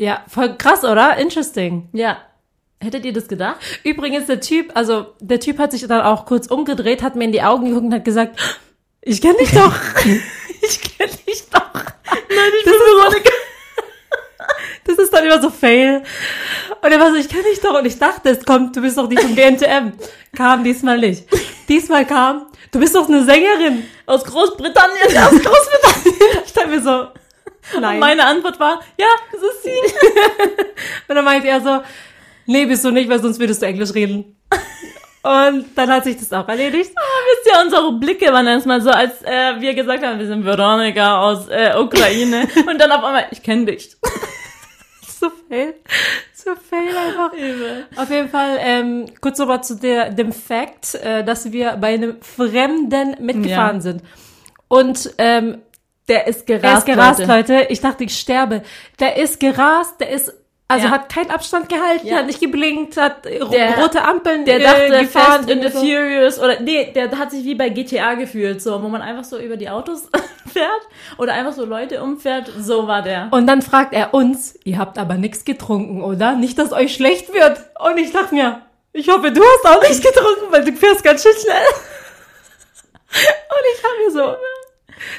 [SPEAKER 1] Ja, voll krass, oder? Interesting.
[SPEAKER 2] Ja. Hättet ihr das gedacht?
[SPEAKER 1] Übrigens, der Typ, also der Typ hat sich dann auch kurz umgedreht, hat mir in die Augen geguckt und hat gesagt, ich kenne dich [laughs] doch. ich kenne dich doch. Nein, ich das bin Veronika. [laughs] Das ist dann immer so fail. Und er war so, ich kenne dich doch. Und ich dachte, es kommt, du bist doch die vom BNTM. Kam diesmal nicht. Diesmal kam, du bist doch eine Sängerin.
[SPEAKER 2] Aus Großbritannien, [laughs] aus Großbritannien.
[SPEAKER 1] Ich dachte mir so, nein.
[SPEAKER 2] Und meine Antwort war, ja, das ist sie.
[SPEAKER 1] Und dann meinte er so, nee, bist du nicht, weil sonst würdest du Englisch [laughs] reden. Und dann hat sich das auch erledigt.
[SPEAKER 2] Wisst ihr, unsere Blicke waren erstmal so, als äh, wir gesagt haben, wir sind Veronika aus äh,
[SPEAKER 1] [laughs]
[SPEAKER 2] Ukraine. Und dann auf einmal, ich kenne dich.
[SPEAKER 1] So fail. So fail einfach. Auf jeden Fall, ähm, kurz nochmal zu der, dem Fact, äh, dass wir bei einem Fremden mitgefahren
[SPEAKER 2] Ja.
[SPEAKER 1] sind. Und ähm,
[SPEAKER 2] Der ist gerast, halt.
[SPEAKER 1] er ist gerast,
[SPEAKER 2] Leute.
[SPEAKER 1] Leute. Ich dachte, ich sterbe. Der ist gerast, der ist, also
[SPEAKER 2] Ja.
[SPEAKER 1] hat keinen Abstand gehalten,
[SPEAKER 2] Ja.
[SPEAKER 1] hat nicht geblinkt, hat äh, ro-
[SPEAKER 2] Der-
[SPEAKER 1] rote Ampeln
[SPEAKER 2] Der dachte,
[SPEAKER 1] äh,
[SPEAKER 2] Fast and the
[SPEAKER 1] und so.
[SPEAKER 2] Furious oder nee, der hat sich wie bei GTA gefühlt, so, wo man einfach so über die Autos [laughs] fährt oder einfach so Leute umfährt. So war der.
[SPEAKER 1] Und dann fragt er uns, ihr habt aber nichts getrunken, oder? Nicht, dass euch schlecht wird. Und ich dachte mir, ich hoffe, du hast auch nichts getrunken, weil du fährst ganz schön schnell. [laughs] Und ich habe mir so,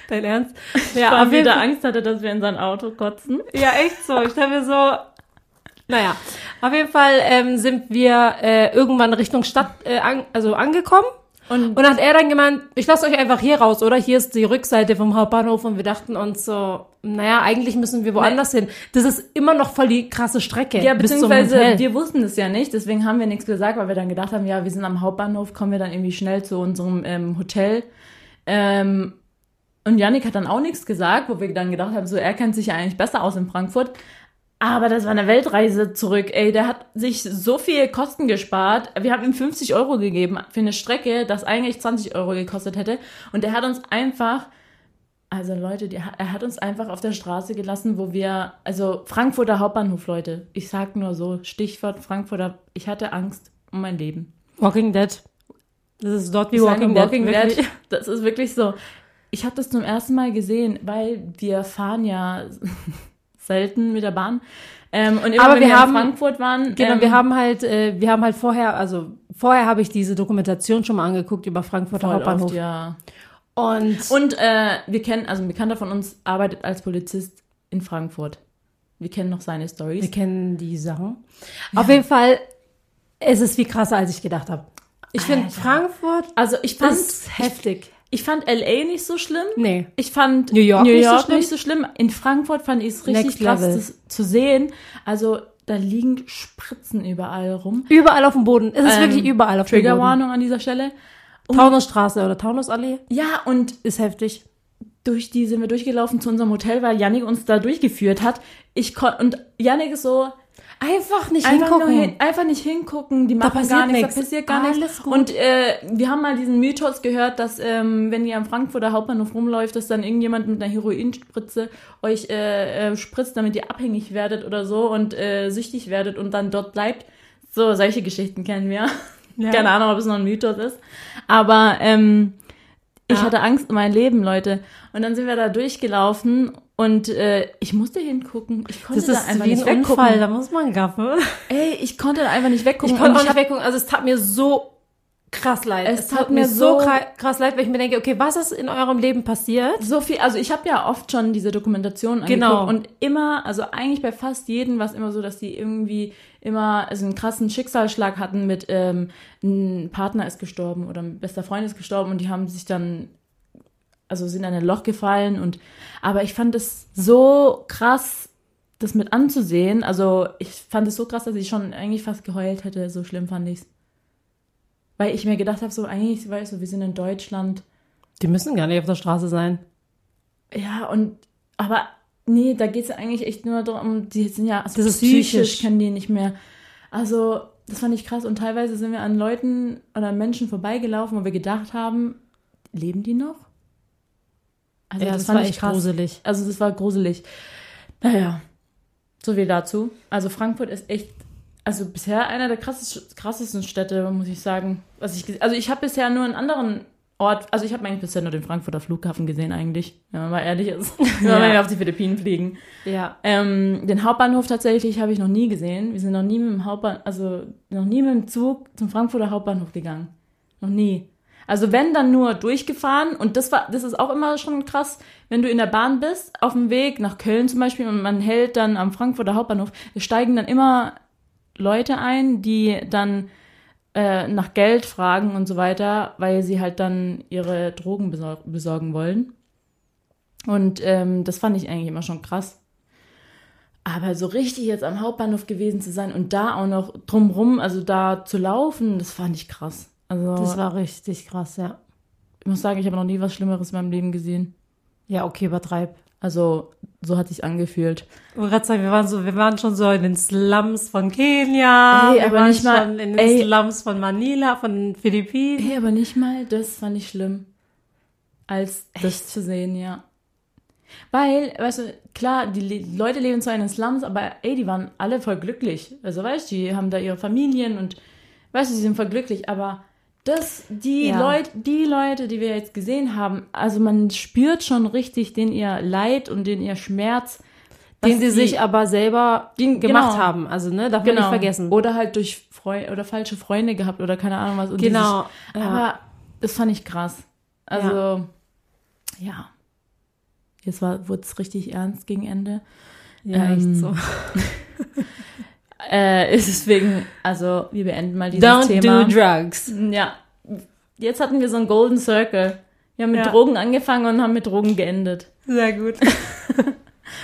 [SPEAKER 1] dein Ernst?
[SPEAKER 2] Ja,
[SPEAKER 1] Ja,
[SPEAKER 2] weil
[SPEAKER 1] auf jeden
[SPEAKER 2] wieder
[SPEAKER 1] Fall,
[SPEAKER 2] Angst hatte, dass wir in sein Auto kotzen.
[SPEAKER 1] ja echt so. Ich dachte mir so, naja. Auf jeden Fall ähm, sind wir äh, irgendwann Richtung Stadt äh, an, also angekommen.
[SPEAKER 2] Und,
[SPEAKER 1] Und hat er dann gemeint, ich lasse euch einfach hier raus, oder? Hier ist die Rückseite vom Hauptbahnhof und wir dachten uns so, naja, eigentlich müssen wir woanders hin. Das ist immer noch voll die krasse Strecke.
[SPEAKER 2] ja,
[SPEAKER 1] bis zum
[SPEAKER 2] beziehungsweise
[SPEAKER 1] Hotel.
[SPEAKER 2] wir wussten es ja nicht, deswegen haben wir nichts gesagt, weil wir dann gedacht haben, ja, wir sind am Hauptbahnhof, kommen wir dann irgendwie schnell zu unserem ähm, Hotel. Ähm, und Yannick hat dann auch nichts gesagt, wo wir dann gedacht haben, so er kennt sich ja eigentlich besser aus in Frankfurt. Aber das war eine Weltreise zurück. Ey, der hat sich so viel Kosten gespart. Wir haben ihm 50 Euro gegeben für eine Strecke, das eigentlich 20 Euro gekostet hätte. Und er hat uns einfach, also Leute, die, er hat uns einfach auf der Straße gelassen, wo wir, also Frankfurter Hauptbahnhof, Leute. Ich sag nur so, Stichwort Frankfurter, ich hatte Angst um mein Leben.
[SPEAKER 1] Walking Dead. Das ist dort wie
[SPEAKER 2] Ich
[SPEAKER 1] Walking,
[SPEAKER 2] sage Walking
[SPEAKER 1] Dead. wirklich.
[SPEAKER 2] Dead. [laughs] Das ist wirklich so. Ich habe das zum ersten Mal gesehen, weil wir fahren ja [laughs] selten mit der Bahn. Ähm, und immer
[SPEAKER 1] Aber
[SPEAKER 2] wenn
[SPEAKER 1] wir
[SPEAKER 2] wir
[SPEAKER 1] haben-
[SPEAKER 2] in Frankfurt
[SPEAKER 1] [laughs]
[SPEAKER 2] waren,
[SPEAKER 1] Genau,
[SPEAKER 2] ähm,
[SPEAKER 1] wir haben halt, äh, wir haben halt vorher, also vorher habe ich diese Dokumentation schon mal angeguckt über Frankfurter
[SPEAKER 2] voll
[SPEAKER 1] Hauptbahnhof.
[SPEAKER 2] oft, ja.
[SPEAKER 1] Und,
[SPEAKER 2] Und äh, wir kennen, also ein Bekannter von uns arbeitet als Polizist in Frankfurt. Wir kennen noch seine
[SPEAKER 1] wir
[SPEAKER 2] Stories.
[SPEAKER 1] kennen die Sachen. Auf jeden Fall, es ist viel krasser, als ich gedacht habe. Ich finde
[SPEAKER 2] Alter.
[SPEAKER 1] Frankfurt
[SPEAKER 2] Also ich fand,
[SPEAKER 1] ist heftig.
[SPEAKER 2] ich fand LA nicht so schlimm.
[SPEAKER 1] Nee.
[SPEAKER 2] Ich fand
[SPEAKER 1] New York
[SPEAKER 2] New
[SPEAKER 1] nicht so
[SPEAKER 2] York
[SPEAKER 1] schlimm.
[SPEAKER 2] nicht so schlimm. In Frankfurt fand ich es richtig
[SPEAKER 1] Next
[SPEAKER 2] krass
[SPEAKER 1] level.
[SPEAKER 2] das zu sehen. Also da liegen Spritzen überall rum.
[SPEAKER 1] Überall auf dem Boden. Es ist
[SPEAKER 2] Ähm,
[SPEAKER 1] wirklich überall auf dem Boden.
[SPEAKER 2] Triggerwarnung an dieser Stelle.
[SPEAKER 1] Taunusstraße oder Taunusallee
[SPEAKER 2] Ja, und
[SPEAKER 1] ist heftig.
[SPEAKER 2] durch die sind wir durchgelaufen zu unserem Hotel, weil Yannick uns da durchgeführt hat. Ich kon und Yannick ist so,
[SPEAKER 1] Einfach nicht
[SPEAKER 2] einfach,
[SPEAKER 1] hingucken.
[SPEAKER 2] Nur hin, einfach nicht hingucken, die machen
[SPEAKER 1] passiert
[SPEAKER 2] gar nichts,
[SPEAKER 1] nichts.
[SPEAKER 2] da passiert gar
[SPEAKER 1] Alles
[SPEAKER 2] nichts.
[SPEAKER 1] gut.
[SPEAKER 2] Und äh, wir haben mal diesen Mythos gehört, dass ähm, wenn ihr am Frankfurter Hauptbahnhof rumläuft, dass dann irgendjemand mit einer Heroinspritze euch äh, äh, spritzt, damit ihr abhängig werdet oder so und äh, süchtig werdet und dann dort bleibt. So, solche Geschichten kennen wir.
[SPEAKER 1] [laughs] Ja.
[SPEAKER 2] Keine Ahnung, ob es noch ein Mythos ist. Aber ähm, ich
[SPEAKER 1] Ja.
[SPEAKER 2] hatte Angst um mein Leben, Leute. Und dann sind wir da durchgelaufen und äh, ich musste hingucken. Ich konnte
[SPEAKER 1] Das
[SPEAKER 2] da
[SPEAKER 1] ist
[SPEAKER 2] einfach
[SPEAKER 1] wie
[SPEAKER 2] nicht
[SPEAKER 1] ein
[SPEAKER 2] weggucken.
[SPEAKER 1] Unfall, da muss man gaffen.
[SPEAKER 2] Ey, ich konnte da einfach nicht weggucken.
[SPEAKER 1] Ich konnte
[SPEAKER 2] Und
[SPEAKER 1] auch
[SPEAKER 2] ich
[SPEAKER 1] nicht weggucken. Also es tat mir so krass leid.
[SPEAKER 2] Es
[SPEAKER 1] Es,
[SPEAKER 2] tat
[SPEAKER 1] tat
[SPEAKER 2] mir
[SPEAKER 1] mir so
[SPEAKER 2] so-
[SPEAKER 1] kra- krass leid, weil ich mir denke, okay, was ist in eurem Leben passiert?
[SPEAKER 2] hab so viel, also ich habe ja oft schon diese Dokumentation angeguckt
[SPEAKER 1] Genau.
[SPEAKER 2] und immer, also eigentlich bei fast jedem war es immer so, dass die irgendwie immer also einen krassen Schicksalsschlag hatten mit ähm, ein Partner ist gestorben oder ein bester Freund ist gestorben und die haben sich dann also sind in ein Loch gefallen und aber ich fand es so krass das mit anzusehen, also ich fand es so krass, dass ich schon eigentlich fast geheult hätte, so schlimm fand ich's. Weil ich mir gedacht habe, so eigentlich, weißt du, wir sind in Deutschland,
[SPEAKER 1] Die müssen gar nicht auf der Straße sein.
[SPEAKER 2] Ja, und aber nee, da geht's ja eigentlich echt nur darum, die sind ja also
[SPEAKER 1] Das ist
[SPEAKER 2] psychisch,
[SPEAKER 1] psychisch.
[SPEAKER 2] können die nicht mehr. Also, das fand ich krass. Und teilweise sind wir an Leuten oder an Menschen vorbeigelaufen, wo wir gedacht haben, leben die noch? Also,
[SPEAKER 1] Ja,
[SPEAKER 2] das,
[SPEAKER 1] das
[SPEAKER 2] fand
[SPEAKER 1] war
[SPEAKER 2] ich
[SPEAKER 1] echt
[SPEAKER 2] krass.
[SPEAKER 1] gruselig.
[SPEAKER 2] Also, das war gruselig. Naja, so viel dazu. Also, Frankfurt ist echt, also bisher einer der krassest, krassesten Städte, muss ich sagen. Was ich, gese- also, ich habe bisher nur einen anderen Ort, also ich habe eigentlich bisher nur den Frankfurter Flughafen gesehen, eigentlich, wenn man mal ehrlich ist. wenn
[SPEAKER 1] Ja.
[SPEAKER 2] wir mal auf die Philippinen fliegen.
[SPEAKER 1] Ja.
[SPEAKER 2] Ähm, den Hauptbahnhof tatsächlich habe ich noch nie gesehen. Wir sind noch nie mit dem Hauptbahnhof, also noch nie mit dem Zug zum Frankfurter Hauptbahnhof gegangen. Noch nie. Also wenn dann nur durchgefahren und das war, das ist auch immer schon krass, wenn du in der Bahn bist, auf dem Weg nach Köln zum Beispiel und man hält dann am Frankfurter Hauptbahnhof, es steigen dann immer Leute ein, die dann äh, nach Geld fragen und so weiter, weil sie halt dann ihre Drogen besor besorgen wollen. Und ähm, das fand ich eigentlich immer schon krass. Aber so richtig jetzt am Hauptbahnhof gewesen zu sein und da auch noch drumrum, also da zu laufen, das fand ich krass. Also
[SPEAKER 1] Das war richtig krass, ja.
[SPEAKER 2] ich muss sagen, ich habe noch nie was Schlimmeres in meinem Leben gesehen.
[SPEAKER 1] Ja, okay, übertreib.
[SPEAKER 2] Also, so hat sich's angefühlt.
[SPEAKER 1] Ich wollte gerade sagen, wir waren, so, wir waren schon so in den Slums von Kenia.
[SPEAKER 2] Ey,
[SPEAKER 1] wir
[SPEAKER 2] aber
[SPEAKER 1] waren
[SPEAKER 2] nicht mal-
[SPEAKER 1] schon in den
[SPEAKER 2] ey.
[SPEAKER 1] Slums von Manila, von den Philippinen.
[SPEAKER 2] Hey, aber nicht mal das fand ich schlimm. Als das zu sehen, ja. Weil, weißt du, klar, die Le Leute leben zwar in den Slums, aber ey, die waren alle voll glücklich. Also, weißt du, die haben da ihre Familien und, weißt du, sie sind voll glücklich, aber das, die
[SPEAKER 1] Ja.
[SPEAKER 2] Leute, die Leute, die wir jetzt gesehen haben, also man spürt schon richtig den ihr Leid und den ihr Schmerz,
[SPEAKER 1] Den
[SPEAKER 2] was
[SPEAKER 1] sie
[SPEAKER 2] die-
[SPEAKER 1] sich aber selber
[SPEAKER 2] Den-
[SPEAKER 1] gemacht
[SPEAKER 2] genau.
[SPEAKER 1] haben. Also, ne, darf man
[SPEAKER 2] genau.
[SPEAKER 1] nicht vergessen.
[SPEAKER 2] Oder halt durch Freu oder falsche Freunde gehabt oder keine Ahnung was. Und die sich-
[SPEAKER 1] genau. ja.
[SPEAKER 2] Aber das fand ich krass. Also, ja. Jetzt wurde es richtig ernst gegen Ende.
[SPEAKER 1] ja, echt
[SPEAKER 2] ähm,
[SPEAKER 1] so.
[SPEAKER 2] Äh, [laughs] ist deswegen, also, wir beenden mal dieses
[SPEAKER 1] Don't
[SPEAKER 2] Thema.
[SPEAKER 1] do drugs.
[SPEAKER 2] ja. Jetzt hatten wir so einen Golden Circle. Wir haben mit
[SPEAKER 1] Ja.
[SPEAKER 2] Drogen angefangen und haben mit Drogen geendet.
[SPEAKER 1] Sehr gut.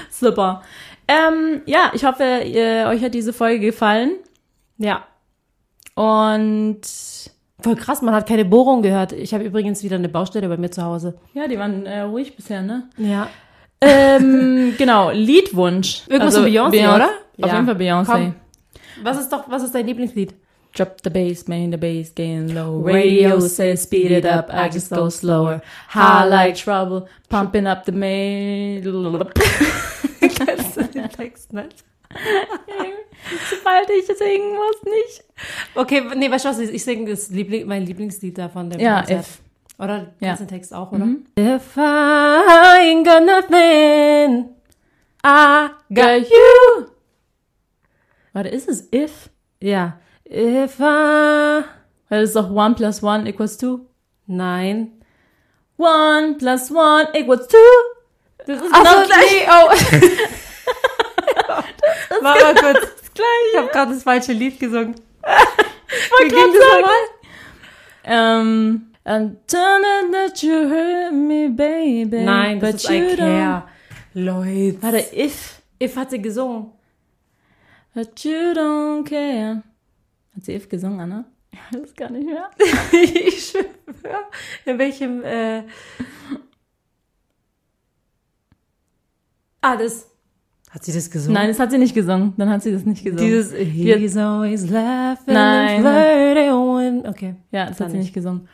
[SPEAKER 2] Super. Ähm, ja, ich hoffe, ihr, euch hat diese Folge gefallen.
[SPEAKER 1] [laughs] Ja.
[SPEAKER 2] Und
[SPEAKER 1] Voll krass, man hat keine Bohrung gehört. Ich habe übrigens wieder eine Baustelle bei mir zu Hause.
[SPEAKER 2] ja, die waren äh, ruhig bisher, ne?
[SPEAKER 1] Ja.
[SPEAKER 2] Ähm, [laughs] genau, Liedwunsch.
[SPEAKER 1] Irgendwas von Beyoncé, oder?
[SPEAKER 2] Auf
[SPEAKER 1] Ja.
[SPEAKER 2] jeden Fall Beyoncé.
[SPEAKER 1] Komm. Was ist doch, was ist dein Lieblingslied?
[SPEAKER 2] Drop the bass, man, the bass getting low.
[SPEAKER 1] Radio says speed it up, I just go slower. High [laughs] like
[SPEAKER 2] trouble, pumping up the main. Sobald
[SPEAKER 1] Kennst du den Text nicht?
[SPEAKER 2] ich das irgendwas nicht.
[SPEAKER 1] Okay, nee, weißt du was, ich singe das Liebling, mein Lieblingslied davon. Dem
[SPEAKER 2] Ja,
[SPEAKER 1] Konzert.
[SPEAKER 2] if.
[SPEAKER 1] Oder du
[SPEAKER 2] Ja.
[SPEAKER 1] kennst den Text auch, oder? Mhm. If I ain't got nothing, I got you.
[SPEAKER 2] Warte, ist es if?
[SPEAKER 1] Ja. If I...
[SPEAKER 2] Weil es ist doch one plus one equals two.
[SPEAKER 1] Nein.
[SPEAKER 2] One plus one equals two. Das ist
[SPEAKER 1] Achso,
[SPEAKER 2] noch gleich.
[SPEAKER 1] nee, oh. Warte mal kurz.
[SPEAKER 2] Das gleiche.
[SPEAKER 1] Ich habe gerade das falsche Lied gesungen.
[SPEAKER 2] Wie
[SPEAKER 1] ging das nochmal?
[SPEAKER 2] Ähm, I'm telling that you hurt me, baby.
[SPEAKER 1] Nein, das
[SPEAKER 2] but
[SPEAKER 1] ist
[SPEAKER 2] you
[SPEAKER 1] I
[SPEAKER 2] don't.
[SPEAKER 1] care. Leute.
[SPEAKER 2] Warte, if.
[SPEAKER 1] If hat sie gesungen.
[SPEAKER 2] But you don't care. Hat sie If gesungen, Anna? Ich weiß gar nicht mehr.
[SPEAKER 1] [laughs] ich schwöre. In welchem, äh... Ah, das... Hat sie das gesungen?
[SPEAKER 2] [laughs] Nein, das hat sie nicht gesungen. Dann hat sie das nicht gesungen.
[SPEAKER 1] Dieses He's always laughing
[SPEAKER 2] äh, Nein.
[SPEAKER 1] and flirting. when-" Okay.
[SPEAKER 2] ja, das
[SPEAKER 1] Dann
[SPEAKER 2] hat sie
[SPEAKER 1] nicht.
[SPEAKER 2] nicht gesungen.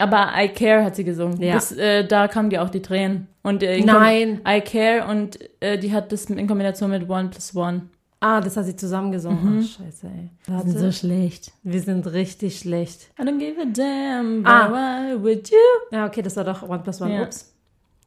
[SPEAKER 2] Aber I Care hat sie gesungen.
[SPEAKER 1] Ja.
[SPEAKER 2] Das, äh, da kamen dir auch die Tränen. Und, äh, in
[SPEAKER 1] Nein.
[SPEAKER 2] Kom- I Care und äh, die hat das in Kombination mit One plus One.
[SPEAKER 1] Ah, das hat sie zusammen gesungen.
[SPEAKER 2] Mhm.
[SPEAKER 1] Ach, scheiße, ey. Warte.
[SPEAKER 2] schlecht.
[SPEAKER 1] Wir sind richtig schlecht.
[SPEAKER 2] I don't give a damn.
[SPEAKER 1] Ah.
[SPEAKER 2] Why would you?
[SPEAKER 1] Ja, okay, das war doch One plus One.
[SPEAKER 2] Ja.
[SPEAKER 1] Ups.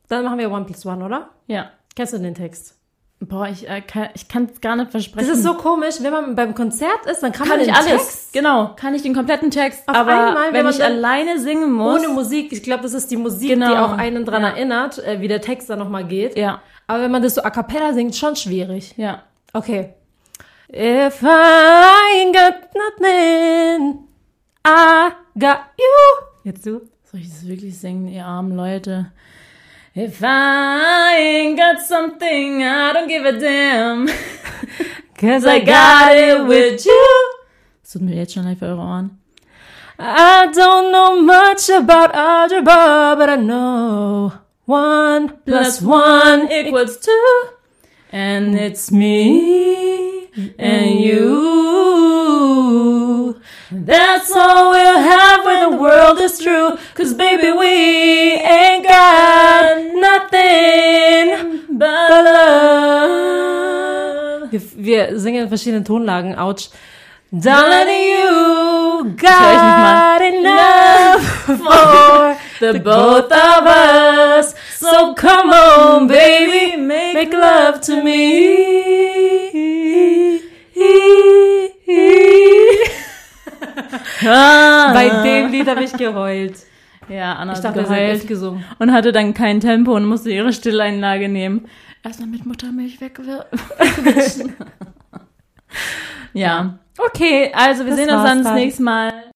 [SPEAKER 1] Dann machen wir One plus One, oder?
[SPEAKER 2] Ja.
[SPEAKER 1] Kennst du den Text?
[SPEAKER 2] Boah, ich äh, kann es gar nicht
[SPEAKER 1] Das
[SPEAKER 2] versprechen.
[SPEAKER 1] ist so komisch, wenn man beim Konzert ist, dann kann,
[SPEAKER 2] kann
[SPEAKER 1] man
[SPEAKER 2] ich
[SPEAKER 1] den
[SPEAKER 2] alles.
[SPEAKER 1] Text
[SPEAKER 2] Genau, kann ich den kompletten Text.
[SPEAKER 1] Auf
[SPEAKER 2] aber
[SPEAKER 1] einmal, wenn
[SPEAKER 2] wenn,
[SPEAKER 1] man
[SPEAKER 2] ich
[SPEAKER 1] dann
[SPEAKER 2] alleine singen muss.
[SPEAKER 1] ohne Musik. Ich glaube, das ist die Musik, die
[SPEAKER 2] Genau.
[SPEAKER 1] auch einen dran
[SPEAKER 2] Ja.
[SPEAKER 1] erinnert, äh, wie der Text dann nochmal geht.
[SPEAKER 2] ja,
[SPEAKER 1] Aber wenn man das so a cappella singt, schon schwierig.
[SPEAKER 2] ja.
[SPEAKER 1] Okay. If I got nothing, I got you. Jetzt du?
[SPEAKER 2] Soll ich das wirklich singen, ihr armen Leute? If I ain't got something, I don't give a damn.
[SPEAKER 1] Cause
[SPEAKER 2] I got it with you. Das tut mir jetzt schon leid für eure Ohren.
[SPEAKER 1] I don't know much about algebra, but I know one plus one
[SPEAKER 2] Equals two. And it's me and you.
[SPEAKER 1] you. That's all we'll have when the world is through. Cause baby, we ain't got nothing but love. Wir, wir singen in verschiedenen Tonlagen, ouch. Darling, you
[SPEAKER 2] euch nicht
[SPEAKER 1] got
[SPEAKER 2] mal.
[SPEAKER 1] [laughs] enough for
[SPEAKER 2] The
[SPEAKER 1] the both of us. So come on, baby, make, love to me. Bei dem Lied habe ich geheult.
[SPEAKER 2] Ja, Anna
[SPEAKER 1] Ich
[SPEAKER 2] hat
[SPEAKER 1] dachte, er
[SPEAKER 2] geheult.
[SPEAKER 1] hat gesungen.
[SPEAKER 2] und hatte dann kein Tempo und musste ihre Stilleinlage nehmen. Erstmal mit Muttermilch [laughs] wegwischen. ja. also Okay, also wir
[SPEAKER 1] Das
[SPEAKER 2] sehen uns
[SPEAKER 1] war's
[SPEAKER 2] dann das
[SPEAKER 1] dann.
[SPEAKER 2] nächste Mal.